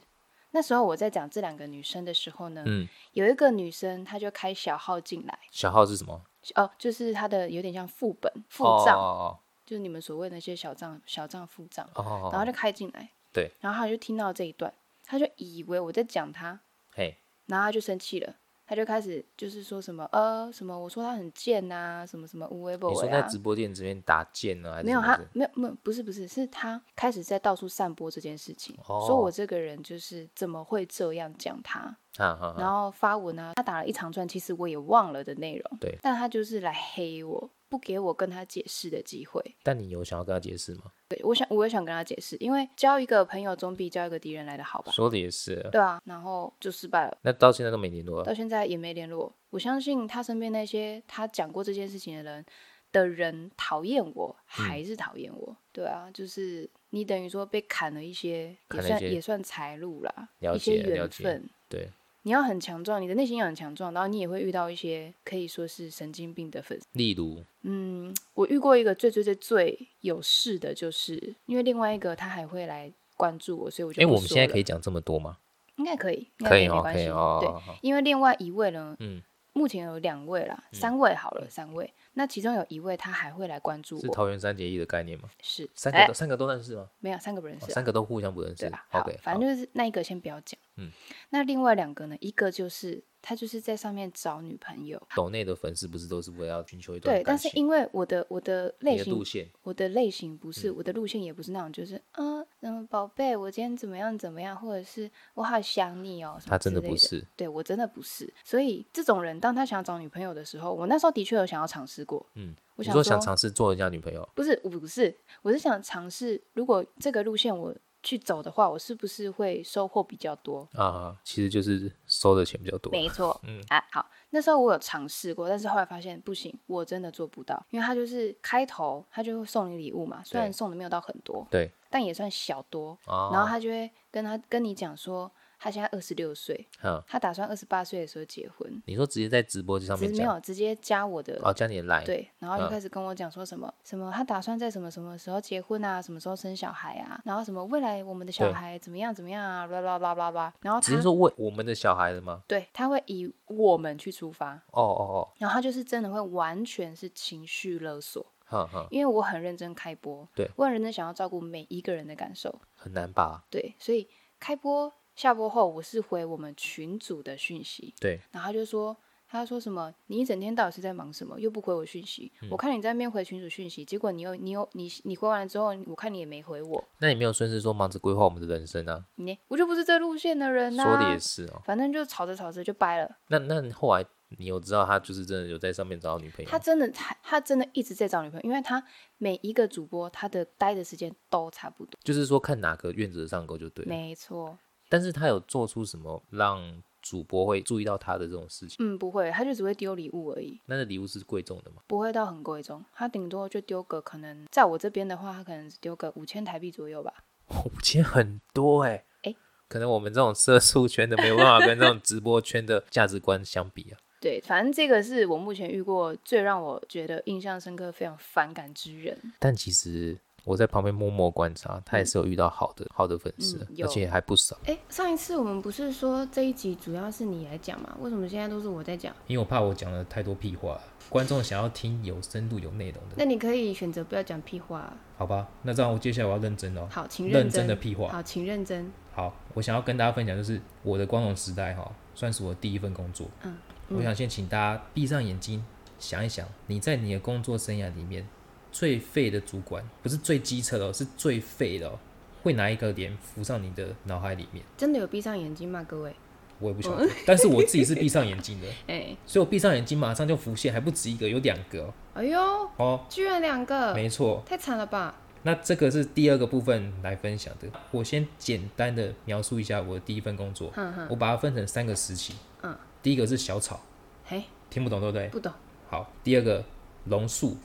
[SPEAKER 2] 那时候我在讲这两个女生的时候呢，
[SPEAKER 1] 嗯，
[SPEAKER 2] 有一个女生她就开小号进来，
[SPEAKER 1] 小号是什么？
[SPEAKER 2] 哦、就是她的有点像副本、副账，
[SPEAKER 1] 哦
[SPEAKER 2] 就是你们所谓的那些小账、小账、副账，
[SPEAKER 1] 哦哦，
[SPEAKER 2] 然后
[SPEAKER 1] 哦
[SPEAKER 2] 就开进来，
[SPEAKER 1] 对，
[SPEAKER 2] 然后她就听到这一段，她就以为我在讲她，
[SPEAKER 1] 嘿，
[SPEAKER 2] 然后他就生气了，他就开始就是说什么呃什么，我说他很贱呐、什么什么无微不
[SPEAKER 1] 你说
[SPEAKER 2] 微
[SPEAKER 1] 在
[SPEAKER 2] 啊
[SPEAKER 1] 直，播间这边打剑呢，还是
[SPEAKER 2] 没有
[SPEAKER 1] 什么
[SPEAKER 2] 他
[SPEAKER 1] 的
[SPEAKER 2] 没有没有不是不是是他开始在到处散播这件事情，
[SPEAKER 1] 哦
[SPEAKER 2] 说我这个人就是怎么会这样讲他，
[SPEAKER 1] 哈哈哈，
[SPEAKER 2] 然后发文啊，他打了一长串，其实我也忘了的内容，
[SPEAKER 1] 对
[SPEAKER 2] 但他就是来黑我，不给我跟他解释的机会。
[SPEAKER 1] 但你有想要跟他解释吗？
[SPEAKER 2] 对我想我也想跟他解释，因为交一个朋友总比交一个敌人来的好吧？
[SPEAKER 1] 说的也是，
[SPEAKER 2] 对啊，然后就失败了。
[SPEAKER 1] 那到现在都没联络了
[SPEAKER 2] 到现在也没联络。我相信他身边那些他讲过这件事情的人的人讨厌我，还
[SPEAKER 7] 嗯
[SPEAKER 2] 是讨厌我。对啊，就是你等于说被砍了一些，
[SPEAKER 1] 砍
[SPEAKER 2] 也
[SPEAKER 1] 了一
[SPEAKER 2] 算
[SPEAKER 1] 些
[SPEAKER 2] 也算财路啦，
[SPEAKER 1] 了
[SPEAKER 2] 一些
[SPEAKER 1] 解了
[SPEAKER 2] 缘
[SPEAKER 1] 解
[SPEAKER 2] 分。
[SPEAKER 1] 对，
[SPEAKER 2] 你要很强壮，你的内心要很强壮，然后你也会遇到一些可以说是神经病的粉丝。
[SPEAKER 7] 例如，
[SPEAKER 2] 嗯，我遇过一个最最最最有事的，就是因为另外一个他还会来关注我，所以我就
[SPEAKER 7] 哎、
[SPEAKER 2] 不
[SPEAKER 7] 我们
[SPEAKER 2] 说
[SPEAKER 7] 现在
[SPEAKER 2] 了
[SPEAKER 7] 可以讲这么多吗？
[SPEAKER 2] 应该可以，应该
[SPEAKER 7] 可以
[SPEAKER 2] 没
[SPEAKER 7] 哦，
[SPEAKER 2] 关
[SPEAKER 7] 可以
[SPEAKER 2] 系。
[SPEAKER 7] 哦。
[SPEAKER 2] 对，
[SPEAKER 7] 好好
[SPEAKER 2] 因为另外一位呢，
[SPEAKER 7] 嗯，
[SPEAKER 2] 目前有两位啦，三位好了，三位。那其中有一位他还会来关注
[SPEAKER 7] 是
[SPEAKER 2] 我，
[SPEAKER 7] 桃园三结义的概念吗？
[SPEAKER 2] 是
[SPEAKER 7] 三
[SPEAKER 2] 哎
[SPEAKER 7] 个都三个都认识吗？
[SPEAKER 2] 没有三个不认
[SPEAKER 7] 哦
[SPEAKER 2] 识啊，
[SPEAKER 7] 三个都互相不认识
[SPEAKER 2] 对吧？。好
[SPEAKER 7] OK，，
[SPEAKER 2] 反
[SPEAKER 7] 好
[SPEAKER 2] 正就是那一个先不要讲。
[SPEAKER 7] 嗯，
[SPEAKER 2] 那另外两个呢？一个就是他就是在上面找女朋友，
[SPEAKER 7] 抖内的粉丝不是都是为了要寻求一段
[SPEAKER 2] 对，
[SPEAKER 7] 感
[SPEAKER 2] 但是
[SPEAKER 7] 情？
[SPEAKER 2] 因为我的我的类
[SPEAKER 7] 你的
[SPEAKER 2] 型
[SPEAKER 7] 路线，嗯
[SPEAKER 2] 我的类型不是，我的路线也不是那种，就是嗯嗯，宝贝，我今天怎么样怎么样，或者是我好想你哦，什么
[SPEAKER 7] 他真
[SPEAKER 2] 之
[SPEAKER 7] 的
[SPEAKER 2] 类
[SPEAKER 7] 不是，
[SPEAKER 2] 对我真的不是。所以这种人，当他想要找女朋友的时候，我那时候的确有想要尝试过，
[SPEAKER 7] 嗯，
[SPEAKER 2] 我
[SPEAKER 7] 你
[SPEAKER 2] 想
[SPEAKER 7] 说想尝试做人家女朋友，
[SPEAKER 2] 不是，我不是，我是想尝试，如果这个路线我去走的话，我是不是会收获比较多？
[SPEAKER 7] 啊，其实就是收的钱比较多。
[SPEAKER 2] 没错，嗯啊，好，那时候我有尝试过，但是后来发现不行，我真的做不到，因为他就是开头他就会送你礼物嘛，虽然
[SPEAKER 7] 对
[SPEAKER 2] 送的没有到很多，
[SPEAKER 7] 对
[SPEAKER 2] 但也算小多，
[SPEAKER 7] 啊，
[SPEAKER 1] 哦
[SPEAKER 2] 然后他就会跟他跟你讲说，他现在二十六岁，
[SPEAKER 7] 嗯，
[SPEAKER 2] 他打算二十八岁的时候结婚，
[SPEAKER 7] 你说直接在直播间上
[SPEAKER 2] 只
[SPEAKER 7] 面
[SPEAKER 2] 是没
[SPEAKER 7] 讲，
[SPEAKER 2] 有直接加我的
[SPEAKER 7] 哦，加你的 line，
[SPEAKER 2] 对，然后就
[SPEAKER 7] 嗯
[SPEAKER 2] 开始跟我讲说什么、什么，他打算在什么什么时候结婚啊，什么时候生小孩啊，然后什么未来我们的小
[SPEAKER 7] 对
[SPEAKER 2] 孩怎么样怎么样啊，啦啦啦啦啦，然后
[SPEAKER 7] 直接
[SPEAKER 2] 他
[SPEAKER 7] 说为我们的小孩了吗？
[SPEAKER 2] 对他会以我们去出发，
[SPEAKER 7] 哦哦
[SPEAKER 2] 然后他就是真的会完全是情绪勒索，
[SPEAKER 7] 哦，哼哼，
[SPEAKER 2] 因为我很认真开播，
[SPEAKER 7] 对
[SPEAKER 2] 我很认真想要照顾每一个人的感受，
[SPEAKER 7] 很难吧？
[SPEAKER 2] 对，所以开播下播后，我是回我们群组的讯息，
[SPEAKER 7] 对，
[SPEAKER 2] 然后他就说，他说什么？你一整天到底是在忙什么？又不回我讯息。
[SPEAKER 7] 嗯
[SPEAKER 2] 我看你在那边回群主讯息，结果你又你又你你回完了之后，我看你也没回我。
[SPEAKER 7] 那你没有顺势说忙着规划我们的人生啊？
[SPEAKER 2] 你呢我就不是这路线的人呐、
[SPEAKER 7] 说的也是哦。
[SPEAKER 2] 反正就吵着吵着就掰了。
[SPEAKER 7] 那那后来你有知道他就是真的有在上面找到女朋友
[SPEAKER 2] 他
[SPEAKER 7] 吗？
[SPEAKER 2] 真的他他真的一直在找女朋友，因为他每一个主播他的待的时间都差不多。
[SPEAKER 7] 就是说看哪个愿者上钩就对了。
[SPEAKER 2] 没错，
[SPEAKER 7] 但是他有做出什么让主播会注意到他的这种事情？
[SPEAKER 2] 嗯，不会，他就只会丢礼物而已，
[SPEAKER 7] 那那礼物是贵重的吗？
[SPEAKER 2] 不会到很贵重。他顶多就丢个可能，在我这边的话，他可能只丢个五千台币左右吧。
[SPEAKER 7] 五千很多哎、
[SPEAKER 2] 诶
[SPEAKER 7] 可能我们这种社畜圈的没有办法跟这种直播圈的价值观相比啊。
[SPEAKER 2] 对，反正这个是我目前遇过最让我觉得印象深刻、非常反感之人。
[SPEAKER 7] 但其实我在旁边默默观察，他也是有遇到好的好的粉丝的
[SPEAKER 2] 嗯，有
[SPEAKER 7] 而且还不少。
[SPEAKER 2] 哎，上一次我们不是说这一集主要是你来讲嘛？为什么现在都是我在讲？
[SPEAKER 1] 因为我怕我讲了太多屁话，观众想要听有深度、有内容的，
[SPEAKER 2] 那你可以选择不要讲屁话。
[SPEAKER 1] 好吧？那这样我接下来我要认真哦。
[SPEAKER 2] 好，请
[SPEAKER 1] 认
[SPEAKER 2] 真
[SPEAKER 1] 真的屁话
[SPEAKER 2] 好，请认真。
[SPEAKER 1] 好，我想要跟大家分享，就是我的光荣时代哈，算是我第一份工作。
[SPEAKER 2] 嗯，
[SPEAKER 1] 我想先请大家闭上眼睛，想一想，你在你的工作生涯里面最废的主管，不是最机车的哦，是最废的哦，会拿一个脸浮上你的脑海里面。
[SPEAKER 2] 真的有闭上眼睛吗？各位？
[SPEAKER 1] 我也不晓
[SPEAKER 2] 哦
[SPEAKER 1] 得，但是我自己是闭上眼睛的，
[SPEAKER 2] 哎，
[SPEAKER 1] 所以我闭上眼睛马上就浮现，还不止一个，有两个哦
[SPEAKER 2] 哎呦，
[SPEAKER 1] 哦。
[SPEAKER 2] 居然两个，
[SPEAKER 1] 没错，
[SPEAKER 2] 太惨了吧？
[SPEAKER 1] 那这个是第二个部分来分享的。我先简单的描述一下我的第一份工作，
[SPEAKER 2] 哼哼，
[SPEAKER 1] 我把它分成三个时期。
[SPEAKER 2] 嗯，
[SPEAKER 1] 第一个是小草，
[SPEAKER 2] 嘿，
[SPEAKER 1] 听不懂对不对？
[SPEAKER 2] 不懂。
[SPEAKER 1] 好，第二个榕树，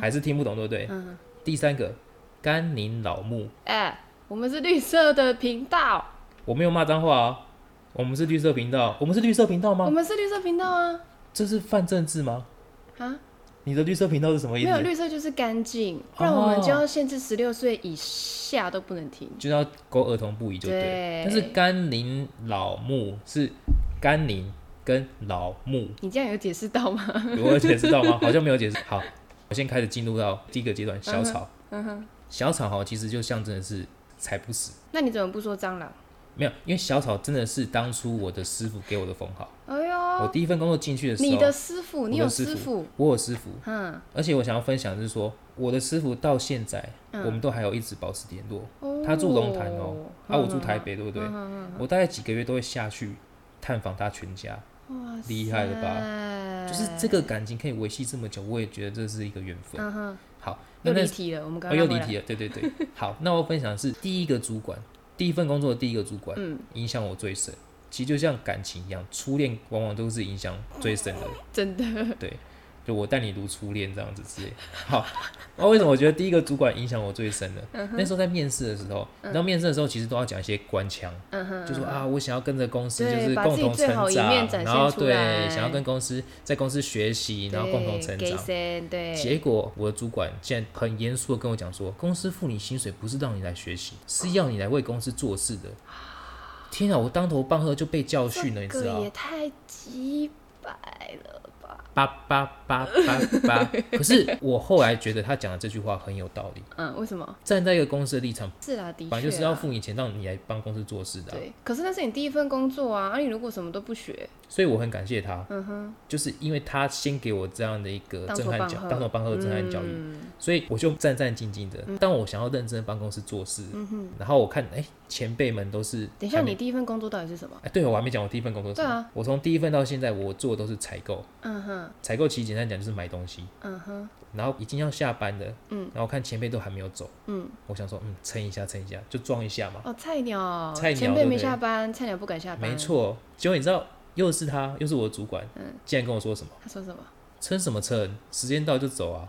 [SPEAKER 1] 还是听不懂对不对？
[SPEAKER 2] 嗯，
[SPEAKER 1] 第三个甘宁老木，
[SPEAKER 2] 哎，我们是绿色的频道，
[SPEAKER 1] 我没有骂脏话啊、我们是绿色频道，我们是绿色频道
[SPEAKER 2] 我
[SPEAKER 1] 吗？
[SPEAKER 2] 们是绿色频道啊
[SPEAKER 1] 这是泛政治吗？
[SPEAKER 2] 啊。
[SPEAKER 1] 你的绿色频道是什么意
[SPEAKER 2] 没有
[SPEAKER 1] 思？
[SPEAKER 2] 绿色就是干净，不然
[SPEAKER 1] 哦
[SPEAKER 2] 我们就要限制十六岁以下都不能听。
[SPEAKER 1] 就是要勾儿童不宜就对了。
[SPEAKER 2] 对
[SPEAKER 1] 但是甘宁老木是甘宁跟老木，
[SPEAKER 2] 你这样有解释到吗？
[SPEAKER 1] 我有解释到吗？好像没有解释。好，我先开始进入到第一个阶段，
[SPEAKER 2] 嗯
[SPEAKER 1] 小草。小草哈，其实就象征的是踩不死。
[SPEAKER 2] 那你怎么不说蟑螂？
[SPEAKER 1] 没有，因为小草真的是当初我的师傅给我的封号。
[SPEAKER 2] 哎
[SPEAKER 1] 我
[SPEAKER 2] 呦，
[SPEAKER 1] 第一份工作进去的时候，
[SPEAKER 2] 你的师傅，你
[SPEAKER 1] 哦我
[SPEAKER 2] 有
[SPEAKER 1] 的师
[SPEAKER 2] 师傅，
[SPEAKER 1] 我有师傅，
[SPEAKER 2] 嗯，
[SPEAKER 1] 而且我想要分享的是说，我的师傅到现在，我们都还有一直保持联络。
[SPEAKER 2] 嗯哦
[SPEAKER 1] 他住龙潭哦，啊，我住台，北，对不对
[SPEAKER 2] 嗯？嗯
[SPEAKER 1] 我大概几个月都会下去探访他全家，
[SPEAKER 2] 嗯哇塞
[SPEAKER 1] 厉害了就是这个感情可以维系这么久，我也觉得这是一个缘分。
[SPEAKER 2] 嗯哼，
[SPEAKER 1] 好，那
[SPEAKER 2] 又
[SPEAKER 1] 那
[SPEAKER 2] 离
[SPEAKER 1] 是
[SPEAKER 2] 题了，我们刚
[SPEAKER 1] 哦，
[SPEAKER 2] 刚
[SPEAKER 1] 又
[SPEAKER 2] 回
[SPEAKER 1] 离
[SPEAKER 2] 来
[SPEAKER 1] 题，了，对对对。好，那我分享的是第一个主管，第一份工作的第一个主管，
[SPEAKER 2] 嗯，
[SPEAKER 1] 影响我最深。其实就像感情一样，初恋往往都是影响最深的。
[SPEAKER 2] 真的，
[SPEAKER 1] 对，就我待你如初恋这样子之类。好，那为什么我觉得第一个主管影响我最深呢？
[SPEAKER 2] 嗯
[SPEAKER 1] 那时候在面试的时候，然后面试的时候其实都要讲一些官腔，
[SPEAKER 2] 嗯哼，
[SPEAKER 1] 就说啊，我想要跟着公司就
[SPEAKER 2] 对
[SPEAKER 1] 是
[SPEAKER 2] 把
[SPEAKER 1] 共
[SPEAKER 2] 自己
[SPEAKER 1] 同
[SPEAKER 2] 最好
[SPEAKER 1] 成
[SPEAKER 2] 一
[SPEAKER 1] 长
[SPEAKER 2] 面，展
[SPEAKER 1] 然
[SPEAKER 2] 现
[SPEAKER 1] 后
[SPEAKER 2] 出
[SPEAKER 1] 对
[SPEAKER 2] 来
[SPEAKER 1] 想要跟公司在公司学习，然后共同成
[SPEAKER 2] 对
[SPEAKER 1] 长
[SPEAKER 2] 给。谁对，
[SPEAKER 1] 结果我的主管竟然很严肃的跟我讲说，公司付你薪水不是让你来学习，是要你来为公司做事的。天啊，我当头棒喝就被教训了，你
[SPEAKER 2] 这
[SPEAKER 1] 知道
[SPEAKER 2] 个
[SPEAKER 1] 吗
[SPEAKER 2] 也？太几百了吧？
[SPEAKER 1] 叭叭叭叭 叭。可是我后来觉得他讲的这句话很有道理。
[SPEAKER 2] 嗯，为什么？
[SPEAKER 1] 站在一个公司的立场，
[SPEAKER 2] 是啦，的确啊，
[SPEAKER 1] 本来就是要付你钱，让你来帮公司做事的啊、
[SPEAKER 2] 对，可是那是你第一份工作啊，啊，你如果什么都不学，
[SPEAKER 1] 所以我很感谢他，
[SPEAKER 2] 嗯哼，
[SPEAKER 1] 就是因为他先给我这样的一个
[SPEAKER 2] 当
[SPEAKER 1] 震
[SPEAKER 2] 头
[SPEAKER 1] 撼
[SPEAKER 2] 棒
[SPEAKER 1] 教，
[SPEAKER 2] 喝
[SPEAKER 1] 当头棒喝的震撼教育，
[SPEAKER 2] 嗯
[SPEAKER 1] 所以我就战战兢兢的。当我想要认真帮公司做事，然后我看，哎、前辈们都是
[SPEAKER 2] 嗯等一下，
[SPEAKER 1] 还没
[SPEAKER 2] 你第一份工作到底是什么？
[SPEAKER 1] 哎，对，我还没讲我第一份工作是什么。
[SPEAKER 2] 对啊
[SPEAKER 1] 我从第一份到现在，我做的都是采购。
[SPEAKER 2] 嗯哼，
[SPEAKER 1] 采购其实简单讲就是买东西，
[SPEAKER 2] 嗯哼，
[SPEAKER 1] 然后已经要下班了，
[SPEAKER 2] 嗯，
[SPEAKER 1] 然后看前辈都还没有走，
[SPEAKER 2] 嗯，
[SPEAKER 1] 我想说，嗯，撑一下，撑一下，就撞一下嘛。
[SPEAKER 2] 哦，菜鸟，
[SPEAKER 1] 菜鸟
[SPEAKER 2] 前
[SPEAKER 1] 对
[SPEAKER 2] 辈
[SPEAKER 1] 不
[SPEAKER 2] 没
[SPEAKER 1] 对
[SPEAKER 2] 下班，菜鸟不敢下班，
[SPEAKER 1] 没，错，结果你知道，又是他，又是我的主管，嗯，竟然跟我说什么，
[SPEAKER 2] 他说什么？
[SPEAKER 1] 撑什么撑，时间到就走啊。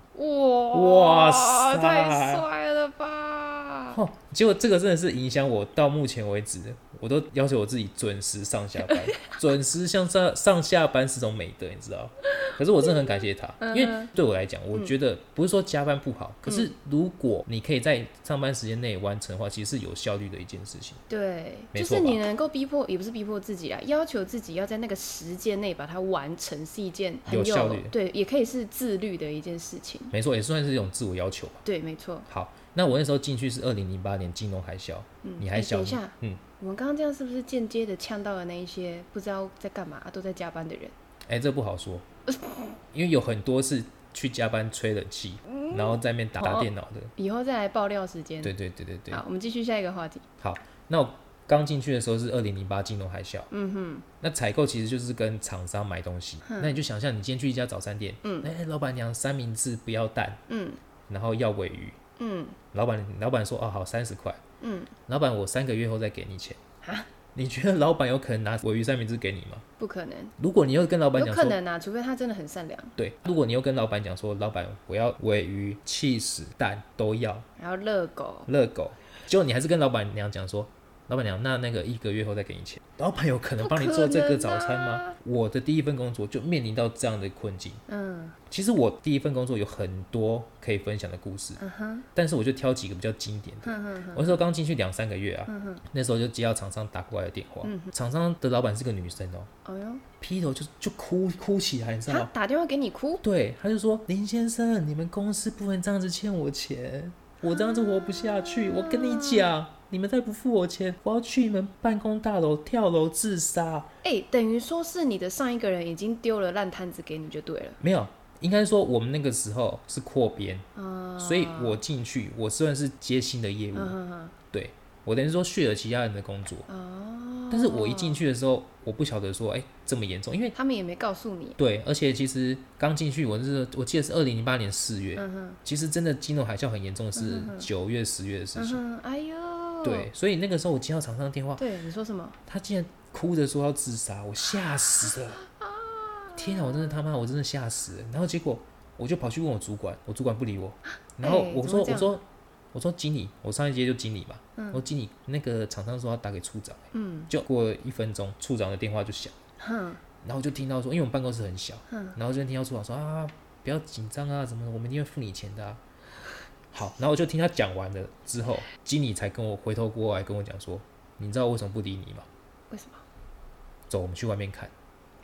[SPEAKER 2] 哇
[SPEAKER 1] 哇塞
[SPEAKER 2] 太帅了吧！
[SPEAKER 1] 哦，结果这个真的是影响我到目前为止，我都要求我自己准时上下 班，准时像上上下班是种美德，你知道？可是我真的很感谢他，
[SPEAKER 2] 嗯
[SPEAKER 1] 因为对我来讲，我觉得不是说加班不好，可是如果你可以在上班时间内完成的话，其实是有效率的一件事情。
[SPEAKER 2] 对，
[SPEAKER 1] 没
[SPEAKER 2] 就
[SPEAKER 1] 错
[SPEAKER 2] 是
[SPEAKER 1] 吧
[SPEAKER 2] 你能够逼迫，也不是逼迫自己啊，要求自己要在那个时间内把它完成，是一件很
[SPEAKER 1] 有效率
[SPEAKER 2] 对，也可以是自律的一件事情。
[SPEAKER 1] 没错，也算是一种自我要求吧。
[SPEAKER 2] 对，没错。
[SPEAKER 1] 好，那我那时候进去是二零零八年金融海啸，你还
[SPEAKER 2] 哎
[SPEAKER 1] 小
[SPEAKER 2] 等
[SPEAKER 1] 吗
[SPEAKER 2] 一？下
[SPEAKER 1] 嗯，
[SPEAKER 2] 我们刚刚这样是不是间接的呛到了那一些不知道在干嘛、都在加班的人？
[SPEAKER 1] 哎、这不好 说，因为有很多是去加班吹冷气，
[SPEAKER 2] 嗯
[SPEAKER 1] 然后在那边打打电脑的。
[SPEAKER 2] 以后再来爆料时间。
[SPEAKER 1] 对对对对对。
[SPEAKER 2] 好，我们继续下一个话题。
[SPEAKER 1] 好，那我刚进去的时候是二零零八金融海啸，嗯哼，那采购其实就是跟厂商买东西，那你就想象你今天去一家早餐店，嗯，哎、老板娘三明治不要蛋，
[SPEAKER 2] 嗯，
[SPEAKER 1] 然后要尾鱼，
[SPEAKER 2] 嗯，
[SPEAKER 1] 老板老板说哦好三十块，
[SPEAKER 2] 嗯，
[SPEAKER 1] 老板我三个月后再给你钱
[SPEAKER 2] 啊。
[SPEAKER 1] 你觉得老板有可能拿尾鱼三明治给你吗？
[SPEAKER 2] 不可能，
[SPEAKER 1] 如果你又跟老板
[SPEAKER 2] 有
[SPEAKER 1] 讲
[SPEAKER 2] 可
[SPEAKER 1] 说，
[SPEAKER 2] 能啊，除非他真的很善良，
[SPEAKER 1] 对，如果你又跟老板讲说，老板我要尾鱼、气死蛋都要，
[SPEAKER 2] 然后热狗，
[SPEAKER 1] 热狗，结果你还是跟老板娘讲说，老板娘，那那个一个月后再给你钱，老板有可能帮你做这个早餐吗？
[SPEAKER 2] 不可能啊
[SPEAKER 1] 我的第一份工作就面临到这样的困境。
[SPEAKER 2] 嗯
[SPEAKER 1] 其实我第一份工作有很多可以分享的故事，
[SPEAKER 2] 嗯哼，
[SPEAKER 1] 但是我就挑几个比较经典的。
[SPEAKER 2] 嗯哼嗯哼，
[SPEAKER 1] 我那时候刚进去两三个月啊，那时候就接到厂商打过来的电话，
[SPEAKER 2] 嗯
[SPEAKER 1] 厂商的老板是个女生哦，
[SPEAKER 2] 哎呦，
[SPEAKER 1] 劈头就就哭哭起来，你知道
[SPEAKER 2] 他
[SPEAKER 1] 吗？
[SPEAKER 2] 打电话给你哭，
[SPEAKER 1] 对，他就说林先生，你们公司不能这样子欠我钱，我这样子活不下去。我跟你讲，你们再不付我钱，我要去你们办公大楼跳楼自杀。
[SPEAKER 2] 哎、等于说是你的上一个人已经丢了烂摊子给你就对了，
[SPEAKER 1] 没有，应该说我们那个时候是扩编，
[SPEAKER 2] 啊、
[SPEAKER 1] 所以我进去，我虽然是接新的业务，
[SPEAKER 2] 嗯哼哼，
[SPEAKER 1] 对我等于说续了其他人的工作。
[SPEAKER 2] 哦，
[SPEAKER 1] 但是我一进去的时候，我不晓得说，哎、这么严重，因为
[SPEAKER 2] 他们也没告诉你，
[SPEAKER 1] 对，而且其实刚进去，我是我记得是二零零八年四月，
[SPEAKER 2] 嗯哼，
[SPEAKER 1] 其实真的金融海啸很严重，是九月、十月的事
[SPEAKER 2] 嗯
[SPEAKER 1] 情。
[SPEAKER 2] 哼，哎呦，
[SPEAKER 1] 对，，所以那个时候我接到厂商的电话，
[SPEAKER 2] 对，你说什么？
[SPEAKER 1] 他竟然哭着说要自杀，我吓死了！天啊，我真的他妈，我真的吓死了。然后结果我就跑去问我主管，我主管不理我。然后
[SPEAKER 2] 哎
[SPEAKER 1] 我
[SPEAKER 2] 怎么
[SPEAKER 1] 说、
[SPEAKER 2] 会
[SPEAKER 1] 我
[SPEAKER 2] 这样
[SPEAKER 1] 说我说经理，我上一节就经理嘛，我说经理那个厂商说要打给处长、欸
[SPEAKER 2] 嗯
[SPEAKER 1] 就过了一分钟，处长的电话就响，
[SPEAKER 2] 哼，
[SPEAKER 1] 然后我就听到说，因为我们办公室很小，然后就听到处长说啊，不要紧张啊，怎么的，我们一定会付你钱的、啊。好，然后我就听他讲完了之后，经理才跟我回头过来跟我讲说，你知道我为什么不理你吗？
[SPEAKER 2] 为什么？
[SPEAKER 1] 走，我们去外面看。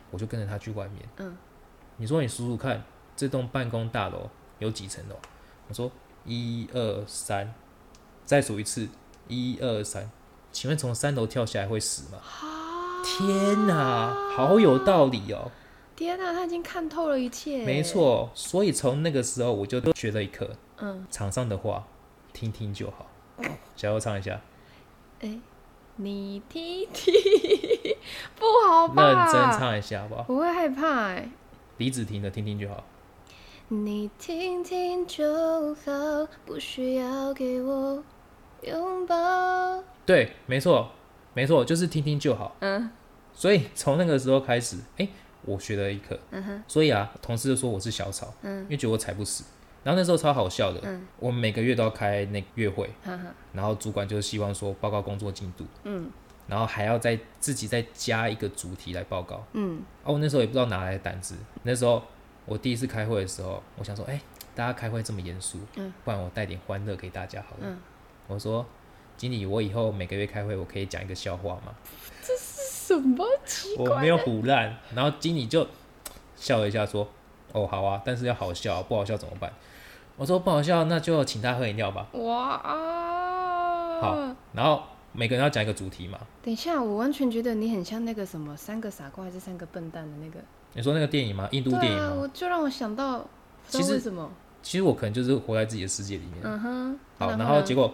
[SPEAKER 1] 我就跟着他去外面。
[SPEAKER 2] 嗯，
[SPEAKER 1] 你说你数数看，这栋办公大楼有几层楼？我说一二三，再数一次，一二三。请问从三楼跳下来会死吗？
[SPEAKER 2] 啊
[SPEAKER 1] 天哪、好有道理哦。
[SPEAKER 2] 天哪、他已经看透了一切，
[SPEAKER 1] 没，错，所以从那个时候我就学了一课。嗯，场上的话听听就好。
[SPEAKER 2] 哦
[SPEAKER 1] 小优唱一下，
[SPEAKER 2] 你踢踢，不好啊
[SPEAKER 1] 认
[SPEAKER 2] 吧？
[SPEAKER 1] 真唱一下好不好？
[SPEAKER 2] 我会害怕哎、
[SPEAKER 1] 李子婷的听听就好。
[SPEAKER 2] 你听听就好，不需要给我拥抱。
[SPEAKER 1] 对，没错，没错，就是听听就好。
[SPEAKER 2] 嗯，
[SPEAKER 1] 所以从那个时候开始，哎、我学了一课。
[SPEAKER 2] 嗯
[SPEAKER 1] 所以啊，同事就说我是小草，因为觉得我踩不死。然后那时候超好笑的，
[SPEAKER 2] 嗯
[SPEAKER 1] 我们每个月都要开那个月会，然后主管就希望说报告工作进度，
[SPEAKER 2] 嗯
[SPEAKER 1] 然后还要再自己再加一个主题来报告，
[SPEAKER 2] 嗯，
[SPEAKER 1] 啊，我那时候也不知道哪来的胆子。那时候我第一次开会的时候，我想说，哎、大家开会这么严肃，
[SPEAKER 2] 嗯，
[SPEAKER 1] 不然我带点欢乐给大家好了。我说，经理，我以后每个月开会，我可以讲一个笑话吗？
[SPEAKER 2] 什么奇
[SPEAKER 1] 我没有胡乱。然后经理就笑了一下，说：“哦，好啊，但是要好笑，不好笑怎么办？”我说：“不好笑，那就请他喝饮料吧。
[SPEAKER 2] 哇！”
[SPEAKER 1] 好，，然后每个人要讲一个主题嘛。
[SPEAKER 2] 等一下，我完全觉得你很像那个什么三个傻瓜还是三个笨蛋的那个。
[SPEAKER 1] 你说那个电影吗？印度电
[SPEAKER 2] 对
[SPEAKER 1] 影
[SPEAKER 2] 啊，
[SPEAKER 1] 吗？
[SPEAKER 2] 我就让我想到，不知
[SPEAKER 1] 其
[SPEAKER 2] 道
[SPEAKER 1] 实
[SPEAKER 2] 为什么？
[SPEAKER 1] 其实我可能就是活在自己的世界里面。
[SPEAKER 2] 嗯嗯哼。
[SPEAKER 1] 好，然
[SPEAKER 2] 然
[SPEAKER 1] 后
[SPEAKER 2] 后
[SPEAKER 1] 结 果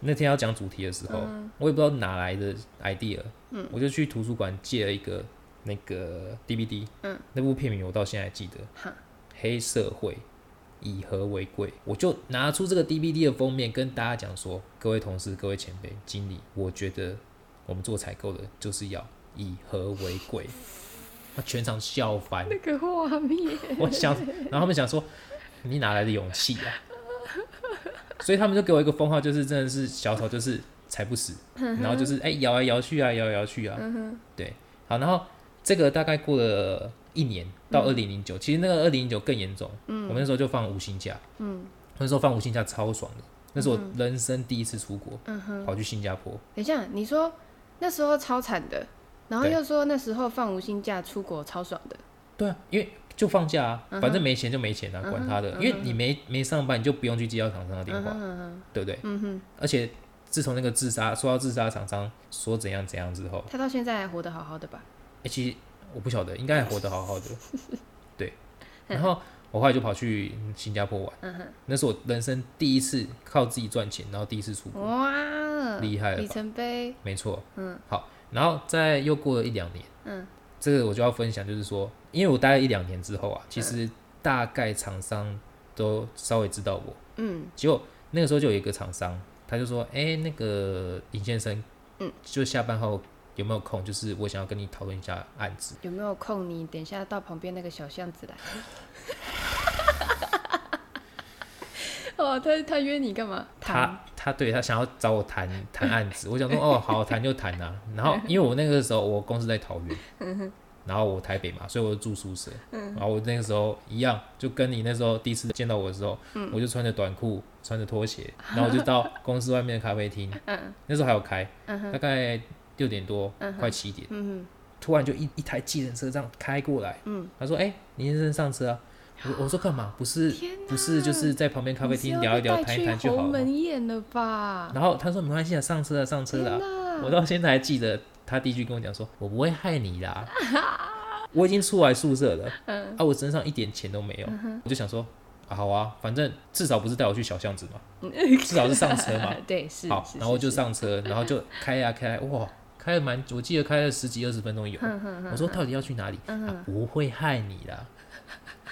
[SPEAKER 1] 那天要讲主题的时候，我也不知道哪来的 idea，、我
[SPEAKER 2] 嗯
[SPEAKER 1] 就去图书馆借了一个那个 DVD，、那部片名我到现在还记得
[SPEAKER 2] 嗯哈，
[SPEAKER 1] 黑社会。以和为贵，我就拿出这个 DVD 的封面跟大家讲说：各位同事、各位前辈、经理，我觉得我们做采购的就是要以和为贵。那全场笑翻，
[SPEAKER 2] 那个画面，
[SPEAKER 1] 我想，然后他们想说，你哪来的勇气啊？所以他们就给我一个封号，就是真的是小草，就是踩不死，然后就是哎、摇来摇去啊，摇来摇去啊，对，好，然后这个大概过了一年到二零零九，其实那个二零零九更严重，我们那时候就放无薪假，嗯，那时候放无薪假超爽的，那是我人生第一次出国，跑去新加坡，
[SPEAKER 2] 等一下，你说那时候超惨的，然后
[SPEAKER 1] 对
[SPEAKER 2] 又说那时候放无薪假出国超爽的，
[SPEAKER 1] 对啊，因为就放假啊，反正没钱就没钱啊，管他的，因为你没没上班，你就不用去接到厂商的电话，对不对？嗯哼。而且自从那个自杀说到自杀厂商说怎样怎样之后，
[SPEAKER 2] 他到现在还活得好好的吧？
[SPEAKER 1] 欸、其实我不晓得，应该还活得好 好的。对，然后我后来就跑去新加坡玩，那是我人生第一次靠自己赚钱，然后第一次出国，
[SPEAKER 2] 哇，
[SPEAKER 1] 厉害了
[SPEAKER 2] 里
[SPEAKER 1] 吧？
[SPEAKER 2] 程碑，
[SPEAKER 1] 没错，嗯，好，然后再又过了一两年，嗯，这个我就要分享，就是说，因为我待了一两年之后啊，其实大概厂商都稍微知道我，
[SPEAKER 2] 嗯，
[SPEAKER 1] 结果那个时候就有一个厂商，他就说，哎、那个尹先生，嗯，就下班后有没有空？就是我想要跟你讨论一下案子。
[SPEAKER 2] 有没有空你等一下到旁边那个小巷 子来？哦，他他约你干嘛？
[SPEAKER 1] 他他对他想要找我 谈谈案子，我想说哦，好谈就谈啊。然后因为我那个时候我公司在桃园，然后我台北嘛，所以我就住宿舍。
[SPEAKER 2] 嗯
[SPEAKER 1] 然后我那个时候一样，就跟你那时候第一次见到我的时候，
[SPEAKER 2] 嗯
[SPEAKER 1] 我就穿着短裤，穿着拖 鞋，然后我就到公司外面的咖啡厅，
[SPEAKER 2] 嗯
[SPEAKER 1] 那时候还有开，大概六点多，快七点，
[SPEAKER 2] 嗯
[SPEAKER 1] 突然就一一台计程车这样开过来，
[SPEAKER 2] 嗯
[SPEAKER 1] 他说：“哎、林先生上车啊。”我我说干嘛？不是
[SPEAKER 2] 天
[SPEAKER 1] 不是，就是在旁边咖啡厅
[SPEAKER 2] 你是要
[SPEAKER 1] 聊一聊、
[SPEAKER 2] 被带
[SPEAKER 1] 谈一
[SPEAKER 2] 去
[SPEAKER 1] 谈就好了。
[SPEAKER 2] 鸿门宴了吧？
[SPEAKER 1] 然后他说没关系啊，上车了，上车了啊。我到现在还记得他第一句跟我讲说：“我不会害你啦，我已经出来宿舍了，啊，我身上一点钱都没有。我就想说、啊，好啊，反正至少不是带我去小巷子嘛， 至少是上车嘛。
[SPEAKER 2] 对，是
[SPEAKER 1] 好，
[SPEAKER 2] 是
[SPEAKER 1] 然后
[SPEAKER 2] 是
[SPEAKER 1] 就是上车，然后就开呀、开啊，哇，开了蛮，我记得开了十几二十分钟有。我说到底要去哪里？
[SPEAKER 2] 嗯
[SPEAKER 1] 啊不会害你啦。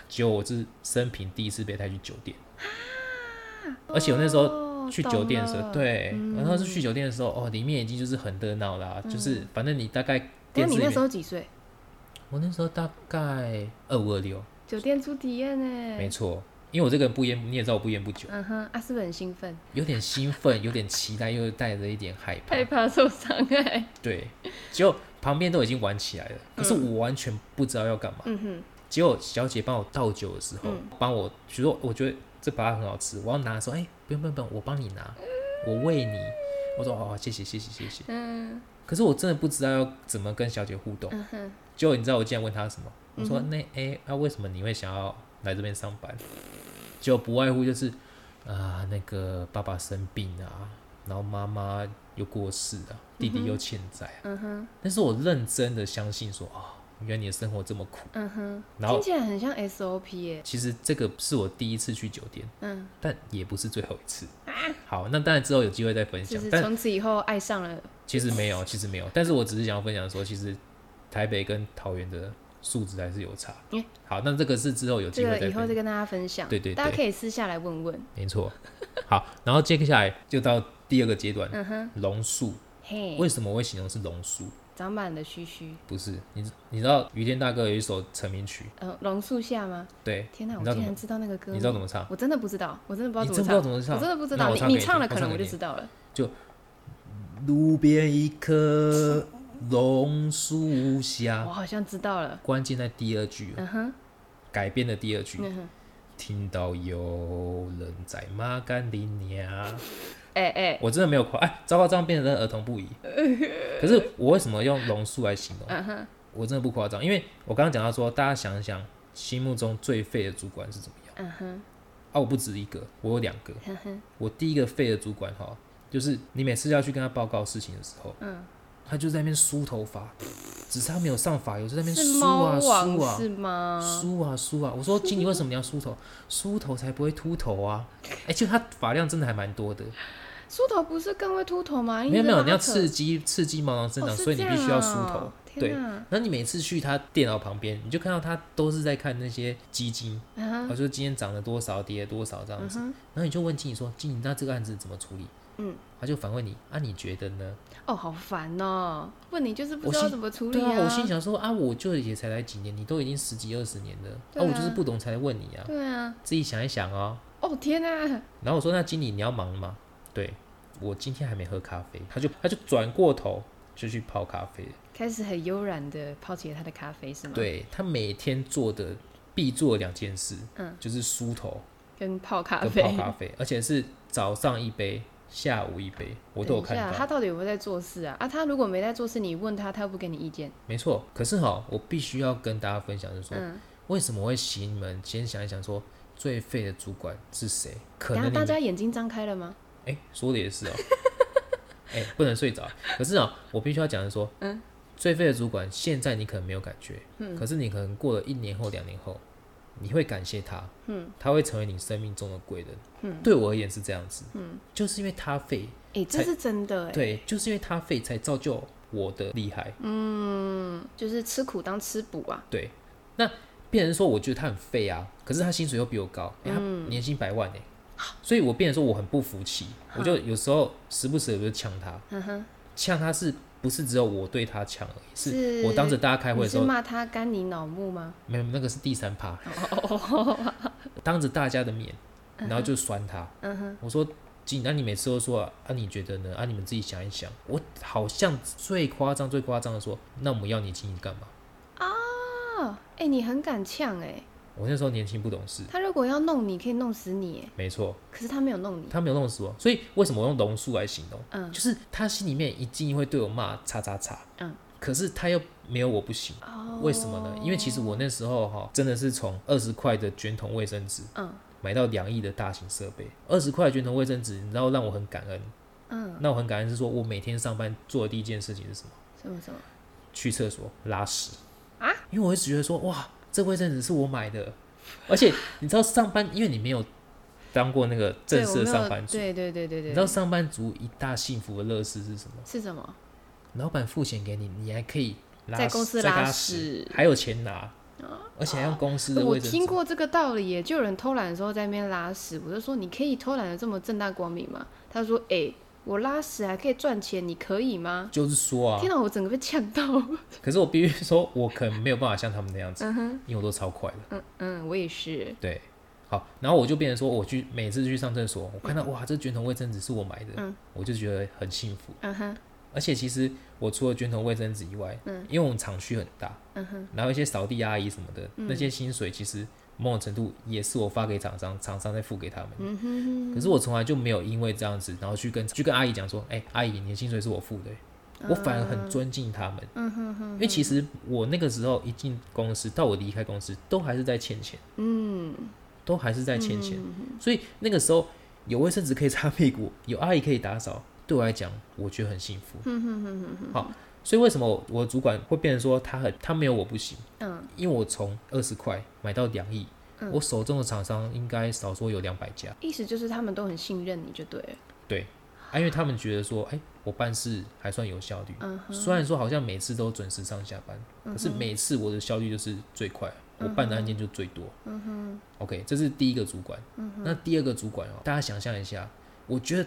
[SPEAKER 1] 结果我是生平第一次被带去酒店，而且我那时候
[SPEAKER 2] 啊哦
[SPEAKER 1] 去酒店的时
[SPEAKER 2] 懂
[SPEAKER 1] 候，
[SPEAKER 2] 了嗯
[SPEAKER 1] 对，然后是去酒店的时候，哦，里面已经就是很热闹啦，就是反正你大概
[SPEAKER 2] 那
[SPEAKER 1] 电视
[SPEAKER 2] 嗯你
[SPEAKER 1] 里
[SPEAKER 2] 那时
[SPEAKER 1] 面，
[SPEAKER 2] 候几岁？
[SPEAKER 1] 我那时候大概二五二六，
[SPEAKER 2] 酒店初体验呢？
[SPEAKER 1] 没错。因为我这个人不烟，你也知道我不烟不酒，
[SPEAKER 2] 嗯哼，阿、啊、是不是很兴奋？
[SPEAKER 1] 有点兴奋，有点期待，又带着一点害怕。
[SPEAKER 2] 害怕受伤害。
[SPEAKER 1] 对，结果旁边都已经玩起来了，可是我完全不知道要干嘛。
[SPEAKER 2] 嗯哼，嗯
[SPEAKER 1] 结果小姐帮我倒酒的时候，帮我，比如说我觉得这把很好吃，我要拿的时候，哎、不用不用不用，我帮你拿，我喂你。我说哦，谢谢谢谢谢谢。
[SPEAKER 2] 嗯
[SPEAKER 1] 可是我真的不知道要怎么跟小姐互动。
[SPEAKER 2] 嗯哼，嗯
[SPEAKER 1] 结果你知道我竟然问她什么？我说那哎，那、为什么你会想要来这边上班？就不外乎就是啊、那个爸爸生病啊，然后妈妈又过世啊，弟弟又欠债啊。
[SPEAKER 2] 嗯哼，
[SPEAKER 1] 但是我认真的相信说啊、原来你的生活这么苦。
[SPEAKER 2] 嗯哼，
[SPEAKER 1] 然后
[SPEAKER 2] 听起来很像 SOP 耶。
[SPEAKER 1] 其实这个是我第一次去酒店，
[SPEAKER 2] 嗯，
[SPEAKER 1] 但也不是最后一次。好，那当然之后有机会再分
[SPEAKER 2] 就
[SPEAKER 1] 享
[SPEAKER 2] 是，
[SPEAKER 1] 但
[SPEAKER 2] 从此以后爱上了。
[SPEAKER 1] 其实没有，其实没有。但是我只是想要分享说，其实台北跟桃园的素质还是有差
[SPEAKER 2] 嗯。
[SPEAKER 1] 好，那这个是之后有
[SPEAKER 2] 这
[SPEAKER 1] 机会
[SPEAKER 2] 个
[SPEAKER 1] 再
[SPEAKER 2] 以后
[SPEAKER 1] 分
[SPEAKER 2] 再
[SPEAKER 1] 享。
[SPEAKER 2] 跟大家分享，
[SPEAKER 1] 对对对
[SPEAKER 2] 大家可以私下来问问。
[SPEAKER 1] 没错。好，然
[SPEAKER 2] 嗯
[SPEAKER 1] 后接下来就到第二个阶段，榕树。
[SPEAKER 2] 嘿，
[SPEAKER 1] 为什么我会形容是榕树？
[SPEAKER 2] 长满了须须。
[SPEAKER 1] 不是你，你知道于天大哥有一首成名曲，
[SPEAKER 2] 呃，榕树下吗？
[SPEAKER 1] 对，
[SPEAKER 2] 天哪，
[SPEAKER 1] 你
[SPEAKER 2] 我
[SPEAKER 1] 知道
[SPEAKER 2] 竟
[SPEAKER 1] 怎
[SPEAKER 2] 然
[SPEAKER 1] 么？
[SPEAKER 2] 知道那个歌，
[SPEAKER 1] 你知道怎么唱？
[SPEAKER 2] 我真的不知道，我真的不知道
[SPEAKER 1] 你
[SPEAKER 2] 怎
[SPEAKER 1] 真不知道怎么唱
[SPEAKER 2] 我真的不知
[SPEAKER 1] 那
[SPEAKER 2] 道。
[SPEAKER 1] 我唱给
[SPEAKER 2] 你你
[SPEAKER 1] 你
[SPEAKER 2] 唱了，
[SPEAKER 1] 我
[SPEAKER 2] 可
[SPEAKER 1] 唱
[SPEAKER 2] 能
[SPEAKER 1] 给
[SPEAKER 2] 我就
[SPEAKER 1] 你
[SPEAKER 2] 知道了。
[SPEAKER 1] 路边一棵榕树
[SPEAKER 2] 我
[SPEAKER 1] 下，
[SPEAKER 2] 好像知道了。
[SPEAKER 1] 关键在第二句，
[SPEAKER 2] 嗯哼，
[SPEAKER 1] 改编的第二句，
[SPEAKER 2] 嗯哼，
[SPEAKER 1] 听到有人在骂干你娘，
[SPEAKER 2] 哎哎，
[SPEAKER 1] 我真的没有夸，哎，糟糕，这样变成儿童不 宜。可是我为什么用榕树来形容？
[SPEAKER 2] 嗯哼，
[SPEAKER 1] 我真的不夸张，因为我刚刚讲到说，大家想一想，心目中最废的主管是怎么样？
[SPEAKER 2] 嗯哼，
[SPEAKER 1] 啊，我不止一个，我有两个。
[SPEAKER 2] 嗯哼，
[SPEAKER 1] 我第一个废的主管哈，就是你每次要去跟他报告事情的时候，
[SPEAKER 2] 嗯，
[SPEAKER 1] 他就在那边梳头发，只是他没有上发油，就在那边
[SPEAKER 2] 是
[SPEAKER 1] 梳
[SPEAKER 2] 猫
[SPEAKER 1] 啊梳
[SPEAKER 2] 王
[SPEAKER 1] 啊
[SPEAKER 2] 是吗？
[SPEAKER 1] 梳啊梳啊。我说经理为什么你要梳头？梳头才不会秃头啊！哎、就他发量真的还蛮多的。
[SPEAKER 2] 梳头不是更会秃头吗？
[SPEAKER 1] 没有没有，你要
[SPEAKER 2] 刺
[SPEAKER 1] 刺激刺激毛囊生长，
[SPEAKER 2] 哦是
[SPEAKER 1] 所以你
[SPEAKER 2] 这
[SPEAKER 1] 必须
[SPEAKER 2] 样
[SPEAKER 1] 要梳
[SPEAKER 2] 哦
[SPEAKER 1] 头。
[SPEAKER 2] 天
[SPEAKER 1] 对
[SPEAKER 2] 哪，
[SPEAKER 1] 那你每次去他电脑旁边，你就看到他都是在看那些基金，
[SPEAKER 2] 嗯
[SPEAKER 1] 他说今天涨了多少，跌了多少这样子。然后你就问经理说：“经理，那这个案子怎么处理？”
[SPEAKER 2] 嗯，
[SPEAKER 1] 他就反问你：“啊，你觉得呢
[SPEAKER 2] 哦，好烦哦！问你就是不
[SPEAKER 1] 我
[SPEAKER 2] 知道
[SPEAKER 1] 心
[SPEAKER 2] 怎么？”处理
[SPEAKER 1] 对啊，我心想说：“啊，我就也才来几年，你都已经十几二十年了，
[SPEAKER 2] 对
[SPEAKER 1] 我就是
[SPEAKER 2] 啊
[SPEAKER 1] 不懂才来问你啊。
[SPEAKER 2] 对啊，
[SPEAKER 1] 自己想一想哦。
[SPEAKER 2] 哦天哪，
[SPEAKER 1] 然后我说：“那经理你要忙吗？”对，我今天还没喝咖啡，他就他就转过头就去泡咖啡了。
[SPEAKER 2] 开始很悠然的泡起了他的咖啡是吗？，
[SPEAKER 1] 对他每天做的必做的两件事，
[SPEAKER 2] 嗯，
[SPEAKER 1] 就是梳头
[SPEAKER 2] 跟泡咖
[SPEAKER 1] 跟
[SPEAKER 2] 啡。
[SPEAKER 1] 泡咖啡，而且是早上一杯，下午一杯，我都有看
[SPEAKER 2] 等一下，他
[SPEAKER 1] 到。
[SPEAKER 2] 到底有没有在做事啊？啊，他如果没在做事，你问他，他又不给你意见。
[SPEAKER 1] 没错，可是哈，我必须要跟大家分享，就是说、
[SPEAKER 2] 嗯，
[SPEAKER 1] 为什么我会吸引你们先想一想说。最废的主管是谁？可
[SPEAKER 2] 然
[SPEAKER 1] 能
[SPEAKER 2] 后
[SPEAKER 1] 你
[SPEAKER 2] 大
[SPEAKER 1] 们
[SPEAKER 2] 家眼睛张开了吗？
[SPEAKER 1] 哎、说的也是哦、哎、不能睡着。可是啊、我必须要讲的说，
[SPEAKER 2] 嗯，
[SPEAKER 1] 最废的主管，现在你可能没有感觉，嗯，可是你可能过了一年后、两年后，你会感谢他，嗯，他会成为你生命中的贵人，嗯，对我而言是这样子，嗯，就是因为他废，
[SPEAKER 2] 哎、这
[SPEAKER 1] 才
[SPEAKER 2] 是真的哎、，
[SPEAKER 1] 对，就是因为他废才造就我的厉害，
[SPEAKER 2] 就是吃苦当吃补啊。
[SPEAKER 1] 对，那变成说，我觉得他很废啊，可是他薪水又比我高，哎、他
[SPEAKER 2] 嗯
[SPEAKER 1] 年薪百万哎、所以我变成说我很不服气，我就有时候时不时的就呛他，
[SPEAKER 2] 嗯
[SPEAKER 1] 呛他是不是只有我对他呛而已？是我当着大家开会
[SPEAKER 2] 你
[SPEAKER 1] 的时
[SPEAKER 2] 是
[SPEAKER 1] 候，
[SPEAKER 2] 骂他干你脑 目吗？哦
[SPEAKER 1] 没有那个是第三趴，当着大家的面，
[SPEAKER 2] 嗯
[SPEAKER 1] 然后就酸他，我说。景，那你每次都说啊，啊你觉得呢？啊，你们自己想一想。我好像最夸张、最夸张的说，那我们要你经理干嘛？
[SPEAKER 2] 啊，哎、你很敢呛哎、
[SPEAKER 1] 我那时候年轻不懂事，
[SPEAKER 2] 他如果要弄你，可以弄死你哎、
[SPEAKER 1] 没错，
[SPEAKER 2] 可是他没有弄你。
[SPEAKER 1] 他没有弄死我，所以为什么我用龙叔来形容？
[SPEAKER 2] 嗯
[SPEAKER 1] 就是他心里面一定会对我骂叉叉叉，
[SPEAKER 2] 嗯，
[SPEAKER 1] 可是他又没有我不行，
[SPEAKER 2] 哦
[SPEAKER 1] 为什么呢？因为其实我那时候哈，真的是从二十块的卷筒卫生纸，
[SPEAKER 2] 嗯，
[SPEAKER 1] 买到两亿的大型设备，二十块的卷筒卫生纸，你知道让我很感恩，
[SPEAKER 2] 嗯，
[SPEAKER 1] 那我很感恩是说我每天上班做的第一件事情是什么？
[SPEAKER 2] 什么什么？
[SPEAKER 1] 去厕所拉屎啊，因为我一直觉得说哇，这卫生纸是我买的，而且你知道上班，因为你没有当过那个正
[SPEAKER 2] 对我
[SPEAKER 1] 式的
[SPEAKER 2] 没有
[SPEAKER 1] 上班族，
[SPEAKER 2] 对对对对对，
[SPEAKER 1] 你知道上班族一大幸福的乐事是什么？
[SPEAKER 2] 是什么？
[SPEAKER 1] 老板付钱给你，你还可以拉
[SPEAKER 2] 在公司
[SPEAKER 1] 再
[SPEAKER 2] 拉
[SPEAKER 1] 屎
[SPEAKER 2] 屎，哦
[SPEAKER 1] 还有钱拿，而且还用公司的
[SPEAKER 2] 我
[SPEAKER 1] 卫生
[SPEAKER 2] 听
[SPEAKER 1] 纸。
[SPEAKER 2] 过这个道理耶，就有人偷懒的时候在那边拉屎，我就说你可以偷懒的这么正大光明吗？他说：哎、我拉屎还可以赚钱，你可以吗？
[SPEAKER 1] 就是说啊
[SPEAKER 2] 天，哪，我整个被呛到。
[SPEAKER 1] 可是我必须说，我可能没有办法像他们那样子，因为我都超快的。
[SPEAKER 2] 嗯嗯，我也是。
[SPEAKER 1] 对，好，然后我就变成说，我去每次去上厕所，我看到
[SPEAKER 2] 嗯
[SPEAKER 1] 哇，这卷筒卫生纸是我买的，我就觉得很幸福。
[SPEAKER 2] 嗯哼，嗯
[SPEAKER 1] 而且其实我除了卷筒卫生纸以外，因为我们厂区很大，然后一些扫地阿姨什么的，
[SPEAKER 2] 嗯
[SPEAKER 1] 那些薪水其实某种程度也是我发给厂商，厂商再付给他们。
[SPEAKER 2] 嗯
[SPEAKER 1] 可是我从来就没有因为这样子，然后去跟去跟阿姨讲说，哎、阿姨，你的薪水是我付的、
[SPEAKER 2] 嗯
[SPEAKER 1] 我反而很尊敬他们，因为其实我那个时候一进公司到我离开公司，都还是在欠钱，都还是在欠钱，所以那个时候有卫生纸可以擦屁股，有阿姨可以打扫，对我来讲，我觉得很幸福。好，所以为什么我我主管会变成说他很他没有我不行？
[SPEAKER 2] 嗯，
[SPEAKER 1] 因为我从二十块买到两亿，我手中的厂商应该少说有两百家，
[SPEAKER 2] 意思就是他们都很信任你就对了。
[SPEAKER 1] 对，啊，因为他们觉得说，哎、我办事还算有效率，虽然说好像每次都准时上下班，可是每次我的效率就是最快，我办的案件就最多。嗯哼，OK，这是第一个主管。嗯、那第二个主管哦，大家想象一下，我觉得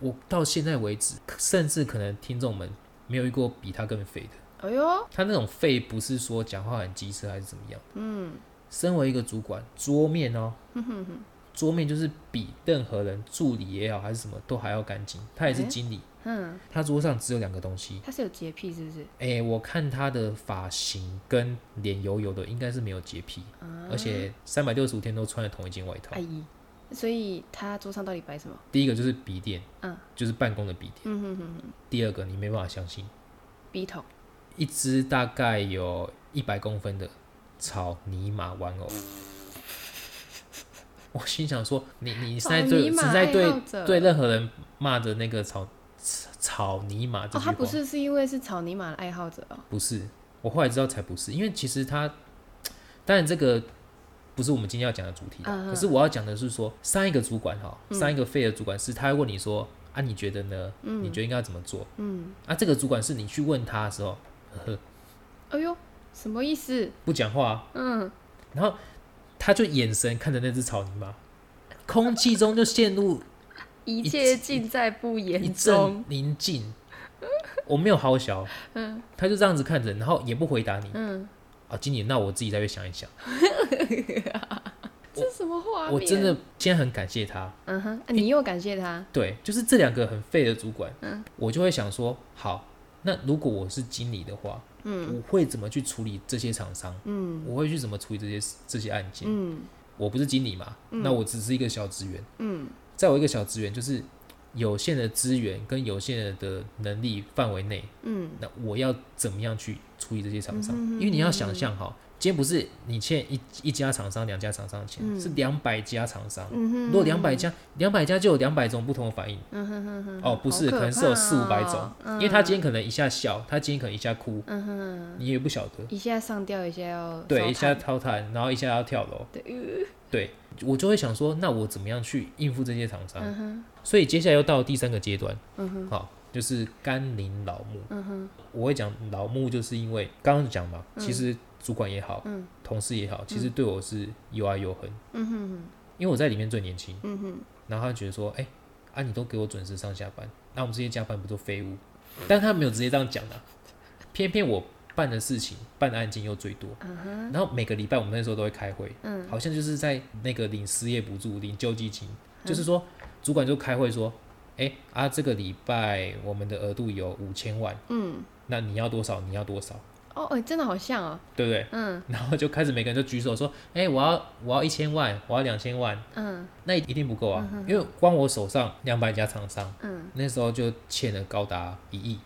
[SPEAKER 1] 我到现在为止，甚至可能听众们没有遇过比他更废的。
[SPEAKER 2] 哎呦，
[SPEAKER 1] 他那种废不是说讲话很机车还是怎么样，嗯，身为一个主管，桌面哦，桌面就是比任何人助理也好还是什么都还要干净，他也是
[SPEAKER 2] 哎
[SPEAKER 1] 经理，
[SPEAKER 2] 嗯，
[SPEAKER 1] 他桌上只有两个东西，
[SPEAKER 2] 他是有洁癖是不是？
[SPEAKER 1] 哎、我看他的发型跟脸油油的，应该是没有洁癖，
[SPEAKER 2] 啊
[SPEAKER 1] 而且三百六十五天都穿着同一件外套
[SPEAKER 2] 阿。姨，所以他桌上到底摆什么？
[SPEAKER 1] 第一个就是笔电，
[SPEAKER 2] 嗯，
[SPEAKER 1] 就是办公的笔电。
[SPEAKER 2] 嗯哼哼哼
[SPEAKER 1] 第二个你没办法相信，
[SPEAKER 2] 笔筒，
[SPEAKER 1] 一只大概有一百公分的草泥马玩偶。我心想说，你你是在对
[SPEAKER 2] 草泥
[SPEAKER 1] 是
[SPEAKER 2] 马
[SPEAKER 1] 在
[SPEAKER 2] 爱
[SPEAKER 1] 对
[SPEAKER 2] 好者
[SPEAKER 1] 对任何人骂的那个草草草泥马这句
[SPEAKER 2] 哦，
[SPEAKER 1] 话，
[SPEAKER 2] 他不是是因为是草泥马的爱好者哦，
[SPEAKER 1] 不是，我后来知道才不是，因为其实他，当然这个不是我们今天要讲的主题啦、
[SPEAKER 2] 嗯嗯嗯
[SPEAKER 1] 可是我要讲的是说，上一个主管哈，上一个废的主管是他会问你说啊，你觉得呢？你觉得应该要怎么做？
[SPEAKER 2] 嗯，
[SPEAKER 1] 啊，这个主管是你去问他的时候，呵呵
[SPEAKER 2] 哎呦，什么意思？
[SPEAKER 1] 不讲话、啊
[SPEAKER 2] 嗯，
[SPEAKER 1] 然后他就眼神看着那只草泥马，空气中就陷入
[SPEAKER 2] 一
[SPEAKER 1] 一
[SPEAKER 2] 切
[SPEAKER 1] 阵
[SPEAKER 2] 尽在不
[SPEAKER 1] 一
[SPEAKER 2] 言
[SPEAKER 1] 阵
[SPEAKER 2] 中，
[SPEAKER 1] 宁静。我没有好小，嗯，他就这样子看着，然后也不回答你，
[SPEAKER 2] 嗯，
[SPEAKER 1] 啊，经理，那我自己再去想一想。
[SPEAKER 2] 这什么画面？
[SPEAKER 1] 我真的，今天很感谢他，
[SPEAKER 2] 嗯哼，啊你又感谢他，
[SPEAKER 1] 对，就是这两个很废的主管，
[SPEAKER 2] 嗯
[SPEAKER 1] 我就会想说，好，那如果我是经理的话，嗯，我会怎么去处理这些厂商？嗯，我会去怎么处理这些这些案件？
[SPEAKER 2] 嗯
[SPEAKER 1] 我不是经理嘛，那我只是一个小职员，
[SPEAKER 2] 嗯，
[SPEAKER 1] 在我一个小职员就是有限的资源跟有限的能力范围内，
[SPEAKER 2] 嗯，
[SPEAKER 1] 那我要怎么样去处理这些厂商？因为你要
[SPEAKER 2] 嗯
[SPEAKER 1] 想象哈，今天不是你欠一一家厂商、两家厂商的
[SPEAKER 2] 嗯
[SPEAKER 1] 钱，是两百家厂商。如果两百家，两百家就有两百种不同的反应。
[SPEAKER 2] 嗯哼哼哼，
[SPEAKER 1] 哦，不是，
[SPEAKER 2] 好
[SPEAKER 1] 可
[SPEAKER 2] 可
[SPEAKER 1] 能是有
[SPEAKER 2] 怕
[SPEAKER 1] 四五百种
[SPEAKER 2] 哦，
[SPEAKER 1] 因为他今天可能一下笑，他今天可能一下哭，
[SPEAKER 2] 嗯哼，
[SPEAKER 1] 你也不晓得。
[SPEAKER 2] 一下上吊，一下要烧
[SPEAKER 1] 对，一下
[SPEAKER 2] 炭
[SPEAKER 1] 掏炭，然后一下要跳楼。
[SPEAKER 2] 对，呃
[SPEAKER 1] 对，我就会想说，那我怎么样去应付这些厂商？
[SPEAKER 2] 嗯
[SPEAKER 1] 所以接下来又到了第三个阶段，好，就是甘霖老木。
[SPEAKER 2] 嗯
[SPEAKER 1] 我会讲老木，就是因为刚刚讲嘛，其实主管也好，
[SPEAKER 2] 嗯
[SPEAKER 1] 同事也好，其实对我是又爱又恨。因为我在里面最年轻。
[SPEAKER 2] 嗯
[SPEAKER 1] 然后他觉得说，哎、啊，你都给我准时上下班，那我们这些加班不都废物？ 但他没有直接这样讲的、啊偏偏我办的事情、办的案件又最多。然后每个礼拜我们那时候都会开会，
[SPEAKER 2] 嗯
[SPEAKER 1] 好像就是在那个领失业补助、领救济金，
[SPEAKER 2] 嗯
[SPEAKER 1] 就是说主管就开会说，哎、啊，这个礼拜我们的额度有五千万，
[SPEAKER 2] 嗯，
[SPEAKER 1] 那你要多少？你要多少？
[SPEAKER 2] 哦，哎，真的好像哦，
[SPEAKER 1] 对不对？
[SPEAKER 2] 嗯
[SPEAKER 1] 然后就开始每个人就举手说，哎、我要我要一千万，我要两千万，
[SPEAKER 2] 嗯
[SPEAKER 1] 那一定不够啊，因为光我手上两百家厂商，
[SPEAKER 2] 嗯，
[SPEAKER 1] 那时候就欠了高达一亿，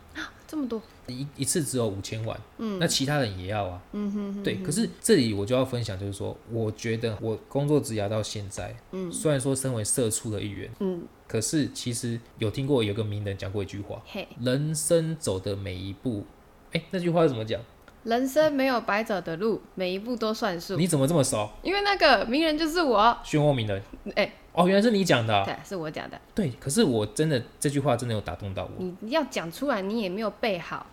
[SPEAKER 2] 这么多，
[SPEAKER 1] 一一次只有五千万，嗯，那其他人也要啊，
[SPEAKER 2] 嗯哼哼，
[SPEAKER 1] 对。可是这里我就要分享，就是说，我觉得我工作职涯到现在，
[SPEAKER 2] 嗯
[SPEAKER 1] 虽然说身为社畜的一员，
[SPEAKER 2] 嗯，
[SPEAKER 1] 可是其实有听过有个名人讲过一句话，
[SPEAKER 2] 嘿，
[SPEAKER 1] 人生走的每一步，哎、那句话是怎么讲？
[SPEAKER 2] 人生没有白走的路，每一步都算数，
[SPEAKER 1] 你怎么这么熟？
[SPEAKER 2] 因为那个名人就是我，
[SPEAKER 1] 漩涡鸣人，
[SPEAKER 2] 哎，
[SPEAKER 1] 哦，原来是你讲的啊、
[SPEAKER 2] 对，是我讲的，
[SPEAKER 1] 对。可是我真的这句话真的有打动到我，
[SPEAKER 2] 你要讲出来，你也没有背好，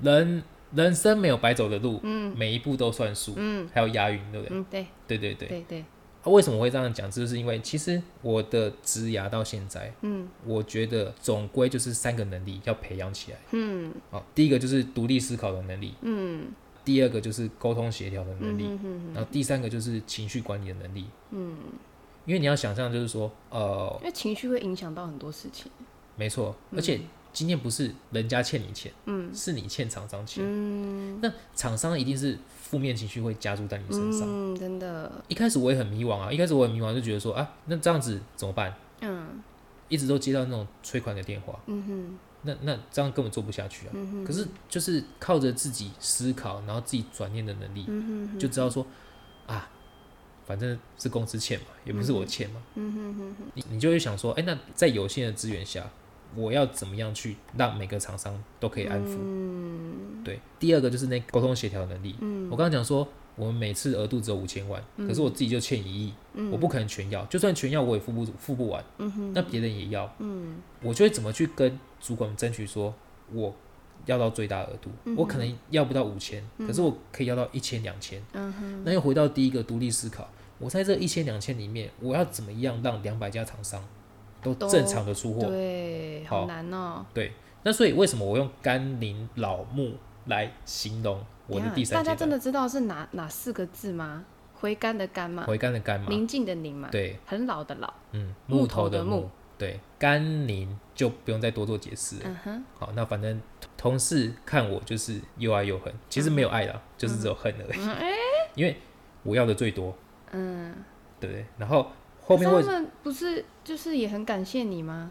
[SPEAKER 1] 人人生没有白走的路，每一步都算数，
[SPEAKER 2] 嗯
[SPEAKER 1] 还有押韵，对不对？
[SPEAKER 2] 嗯，对
[SPEAKER 1] 对对对。
[SPEAKER 2] 对对，
[SPEAKER 1] 啊为什么会这样讲？就是因为其实我的职涯到现在，
[SPEAKER 2] 嗯，
[SPEAKER 1] 我觉得总归就是三个能力要培养起来。
[SPEAKER 2] 嗯
[SPEAKER 1] 好，第一个就是独立思考的能力，
[SPEAKER 2] 嗯
[SPEAKER 1] 第二个就是沟通协调的能力，
[SPEAKER 2] 嗯哼
[SPEAKER 1] 然后第三个就是情绪管理的能力。嗯，因为你要想象，就是说，呃
[SPEAKER 2] 因，为情绪会影响到很多事情，
[SPEAKER 1] 没错，
[SPEAKER 2] 嗯
[SPEAKER 1] 而且今天不是人家欠你钱，嗯，是你欠厂商钱。
[SPEAKER 2] 嗯
[SPEAKER 1] 那厂商一定是负面情绪会加注在你身上。
[SPEAKER 2] 嗯，真的，
[SPEAKER 1] 一开始我也很迷惘啊，一开始我很迷惘，就觉得说啊，那这样子怎么办？
[SPEAKER 2] 嗯
[SPEAKER 1] 一直都接到那种催款的电话，
[SPEAKER 2] 嗯哼，嗯
[SPEAKER 1] 那那这样根本做不下去啊。可是就是靠着自己思考，然后自己转念的能力，
[SPEAKER 2] 嗯哼哼，
[SPEAKER 1] 就知道说啊，反正是公司欠嘛，也不是我欠嘛，
[SPEAKER 2] 嗯哼哼哼，
[SPEAKER 1] 你你就会想说，哎、那在有限的资源下，我要怎么样去让每个厂商都可以安抚？
[SPEAKER 2] 嗯
[SPEAKER 1] 对，第二个就是那沟通协调能力。我刚刚讲说，我们每次额度只有五千万，
[SPEAKER 2] 嗯
[SPEAKER 1] 可是我自己就欠一亿，我不可能全要，就算全要我也付不付不完，那别人也要，
[SPEAKER 2] 嗯
[SPEAKER 1] 我就会怎么去跟主管争取说，我要到最大额度，
[SPEAKER 2] 嗯
[SPEAKER 1] 我可能要不到五千，可是我可以要到一千两千。
[SPEAKER 2] 嗯哼，
[SPEAKER 1] 那又回到第一个独立思考，我在这一千两千里面，我要怎么样让两百家厂商都
[SPEAKER 2] 都
[SPEAKER 1] 正常的出货？
[SPEAKER 2] 对，好
[SPEAKER 1] 好
[SPEAKER 2] 难哦，
[SPEAKER 1] 对，那所以为什么我用甘宁老木来形容我的
[SPEAKER 2] 等一
[SPEAKER 1] 第
[SPEAKER 2] 下大
[SPEAKER 1] 三
[SPEAKER 2] 家
[SPEAKER 1] 阶
[SPEAKER 2] 真的
[SPEAKER 1] 段？
[SPEAKER 2] 知道是哪哪四个字吗？回甘的甘嘛，
[SPEAKER 1] 回甘的甘嘛，
[SPEAKER 2] 宁静的宁嘛，，
[SPEAKER 1] 对，
[SPEAKER 2] 很老的老，
[SPEAKER 1] 嗯，
[SPEAKER 2] 木
[SPEAKER 1] 木
[SPEAKER 2] 头
[SPEAKER 1] 头
[SPEAKER 2] 的
[SPEAKER 1] 的
[SPEAKER 2] 木
[SPEAKER 1] 木，对，甘宁就不用再多做解释了。
[SPEAKER 2] 嗯哼，
[SPEAKER 1] 好，那反正同事看我就是又爱又恨，其实没有爱
[SPEAKER 2] 嗯
[SPEAKER 1] 啦，就是只有恨而已，
[SPEAKER 2] 哎
[SPEAKER 1] 因为我要的最多，
[SPEAKER 2] 嗯，
[SPEAKER 1] 对不对？然后后面
[SPEAKER 2] 可
[SPEAKER 1] 为
[SPEAKER 2] 是他们不是就是也很感谢你吗？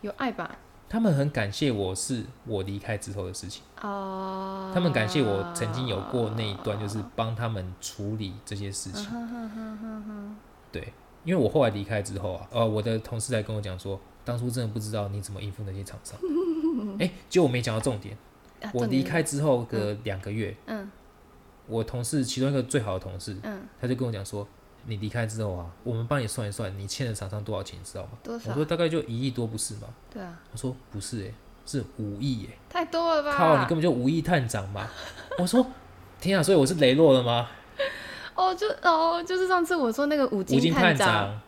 [SPEAKER 2] 有爱吧？
[SPEAKER 1] 他们很感谢我是我离开之后的事情，
[SPEAKER 2] 啊、
[SPEAKER 1] 他们感谢我曾经有过那一段，就是帮他们处理这些事情。对，因为我后来离开之后啊，呃，我的同事来跟我讲说，当初真的不知道你怎么应付那些厂 商。哎、结果我没讲到重点，
[SPEAKER 2] 啊
[SPEAKER 1] 我
[SPEAKER 2] 重
[SPEAKER 1] 离
[SPEAKER 2] 点
[SPEAKER 1] 开之后的两个月，
[SPEAKER 2] 嗯，
[SPEAKER 1] 我同事其中一个最好的同事，
[SPEAKER 2] 嗯，
[SPEAKER 1] 他就跟我讲说，你离开之后啊，我们帮你算一算，你欠了厂商多少钱，你知道吗？
[SPEAKER 2] 多少
[SPEAKER 1] 我说大概就一亿多，不是吗？
[SPEAKER 2] 对啊，
[SPEAKER 1] 他说不是、欸，是五亿、欸，
[SPEAKER 2] 太多了吧？
[SPEAKER 1] 靠，你根本就五亿探长嘛！ 我说天啊，所以我是雷洛了吗？
[SPEAKER 2] 哦，就哦，就是上次我说那个五
[SPEAKER 1] 五金
[SPEAKER 2] 探
[SPEAKER 1] 探，长，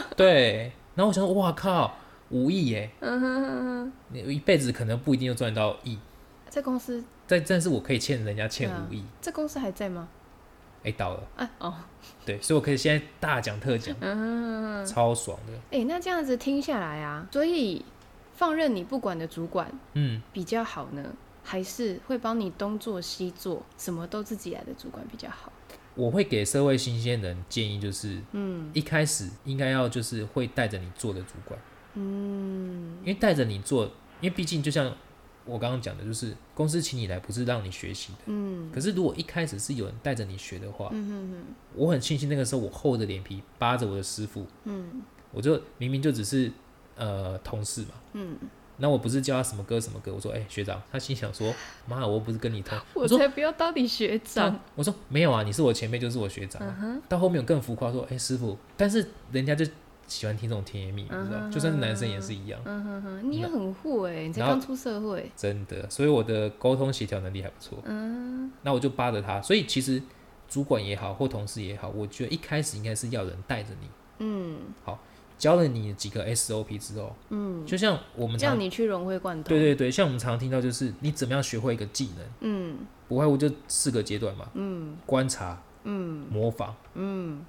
[SPEAKER 1] 对。然后我想说，哇靠，五亿耶！
[SPEAKER 2] 嗯哼哼哼，
[SPEAKER 1] 你一辈子可能不一定就赚到亿，
[SPEAKER 2] 这公司
[SPEAKER 1] 但但是我可以欠人家欠
[SPEAKER 2] 对啊
[SPEAKER 1] 五亿，
[SPEAKER 2] 这公司还在吗？
[SPEAKER 1] 哎、到了，
[SPEAKER 2] 啊哦，
[SPEAKER 1] 对，所以我可以现在大奖特奖，
[SPEAKER 2] 嗯哼哼哼，
[SPEAKER 1] 超爽的，
[SPEAKER 2] 哎、那这样子听下来啊，所以放任你不管的主管
[SPEAKER 1] 嗯。
[SPEAKER 2] 比较好呢，还是会帮你东做西做，什么都自己来的主管比较好？
[SPEAKER 1] 我会给社会新鲜人建议，就是
[SPEAKER 2] 嗯
[SPEAKER 1] 一开始应该要就是会带着你做的主管，
[SPEAKER 2] 嗯
[SPEAKER 1] 因为带着你做，因为毕竟就像我刚刚讲的，就是公司请你来不是让你学习的。
[SPEAKER 2] 嗯
[SPEAKER 1] 可是如果一开始是有人带着你学的话，
[SPEAKER 2] 嗯哼哼，
[SPEAKER 1] 我很庆幸那个时候我厚着脸皮扒着我的师傅，
[SPEAKER 2] 嗯
[SPEAKER 1] 我就明明就只是呃同事嘛，
[SPEAKER 2] 嗯，
[SPEAKER 1] 那我不是教他什么歌什么歌，我说哎、学长，他心想说妈我又不是跟你同，
[SPEAKER 2] 我
[SPEAKER 1] 说
[SPEAKER 2] 才不要当你学长，
[SPEAKER 1] 我说没有啊，你是我前辈，就是我学长、
[SPEAKER 2] 嗯
[SPEAKER 1] 啊。到后面我更浮夸说，哎、师傅，但是人家就喜欢听这种甜言蜜语，你知道，就算是男生也是一样，
[SPEAKER 2] 嗯哼哼，你也很会、欸，你才
[SPEAKER 1] 然后
[SPEAKER 2] 刚出社会，
[SPEAKER 1] 真的。所以我的沟通协调能力还不错。
[SPEAKER 2] 嗯。
[SPEAKER 1] 那我就扒着他，所以其实主管也好，或同事也好，我觉得一开始应该是要人带着你，
[SPEAKER 2] 嗯
[SPEAKER 1] 教了你几个 SOP 之后，
[SPEAKER 2] 嗯，
[SPEAKER 1] 就像我们
[SPEAKER 2] 让
[SPEAKER 1] 常
[SPEAKER 2] 你去融会贯通。
[SPEAKER 1] 对，对对，像我们常听到就是你怎么样学会一个技能，
[SPEAKER 2] 嗯
[SPEAKER 1] 不外乎就四个阶段嘛，
[SPEAKER 2] 嗯
[SPEAKER 1] 观察、
[SPEAKER 2] 嗯
[SPEAKER 1] 模仿，
[SPEAKER 2] 嗯。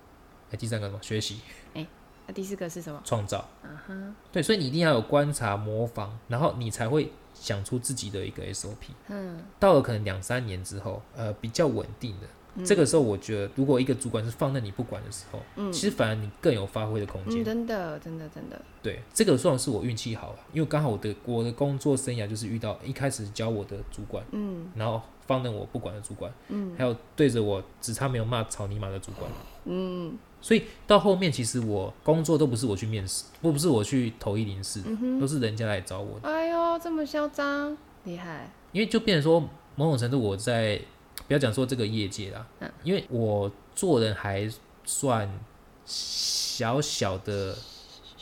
[SPEAKER 1] 哎、第三个什么？学习。
[SPEAKER 2] 那、啊第四个是什么？
[SPEAKER 1] 创造。
[SPEAKER 2] 啊
[SPEAKER 1] 对，所以你一定要有观察、模仿，然后你才会想出自己的一个 SOP。
[SPEAKER 2] 嗯
[SPEAKER 1] 到了可能两三年之后，呃，比较稳定的，
[SPEAKER 2] 嗯
[SPEAKER 1] 这个时候我觉得，如果一个主管是放任你不管的时候，其实反而你更有发挥的空
[SPEAKER 2] 嗯，
[SPEAKER 1] 间。
[SPEAKER 2] 真的真的真的，
[SPEAKER 1] 对，这个算是我运气好了，因为刚好我的我的工作生涯就是遇到一开始教我的主管，
[SPEAKER 2] 嗯
[SPEAKER 1] 然后放任我不管的主管，
[SPEAKER 2] 嗯
[SPEAKER 1] 还有对着我只差没有骂草泥马的主管。
[SPEAKER 2] 嗯
[SPEAKER 1] 所以到后面，其实我工作都不是我去面试，不不是我去投一零四，
[SPEAKER 2] 嗯
[SPEAKER 1] 都是人家来找我的。
[SPEAKER 2] 哎呦，这么嚣张，厉害。
[SPEAKER 1] 因为就变成说，某种程度我在不要讲说这个业界啦，
[SPEAKER 2] 嗯
[SPEAKER 1] 因为我做人还算小小的、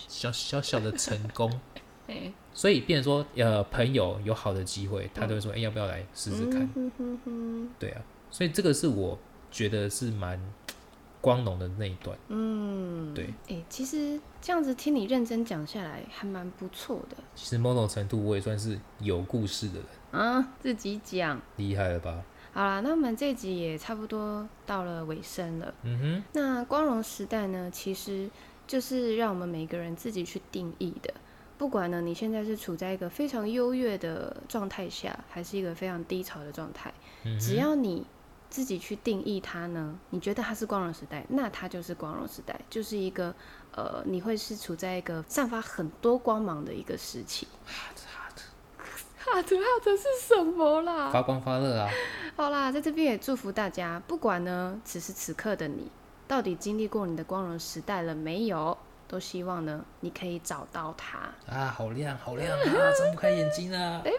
[SPEAKER 1] 小小小的成功，
[SPEAKER 2] 哎、
[SPEAKER 1] 所以变成说，呃，朋友有好的机会，他都会说，哎、要不要来试试看？
[SPEAKER 2] 嗯哼哼，
[SPEAKER 1] 对啊，所以这个是我觉得是蛮光荣的那一段。
[SPEAKER 2] 嗯，
[SPEAKER 1] 对
[SPEAKER 2] 哎、其实这样子听你认真讲下来，还蛮不错的
[SPEAKER 1] 其实某种程度，我也算是有故事的人，
[SPEAKER 2] 啊。自己讲，
[SPEAKER 1] 厉害了吧？
[SPEAKER 2] 好啦，那我们这集也差不多到了尾声了。
[SPEAKER 1] 嗯哼。
[SPEAKER 2] 那光荣时代呢，其实就是让我们每个人自己去定义的。不管呢，你现在是处在一个非常优越的状态下，还是一个非常低潮的状态，只要你自己去定义它呢，你觉得它是光荣时代，那它就是光荣时代，就是一个呃，你会是处在一个散发很多光芒的一个时期。哈特哈特是什么啦？
[SPEAKER 1] 发光发热啊！
[SPEAKER 2] 好啦，在这边也祝福大家，不管呢此时此刻的你到底经历过你的光荣时代了没有，都希望呢你可以找到它。
[SPEAKER 1] 啊，好亮，好亮啊！睁不开眼睛啊！拜拜。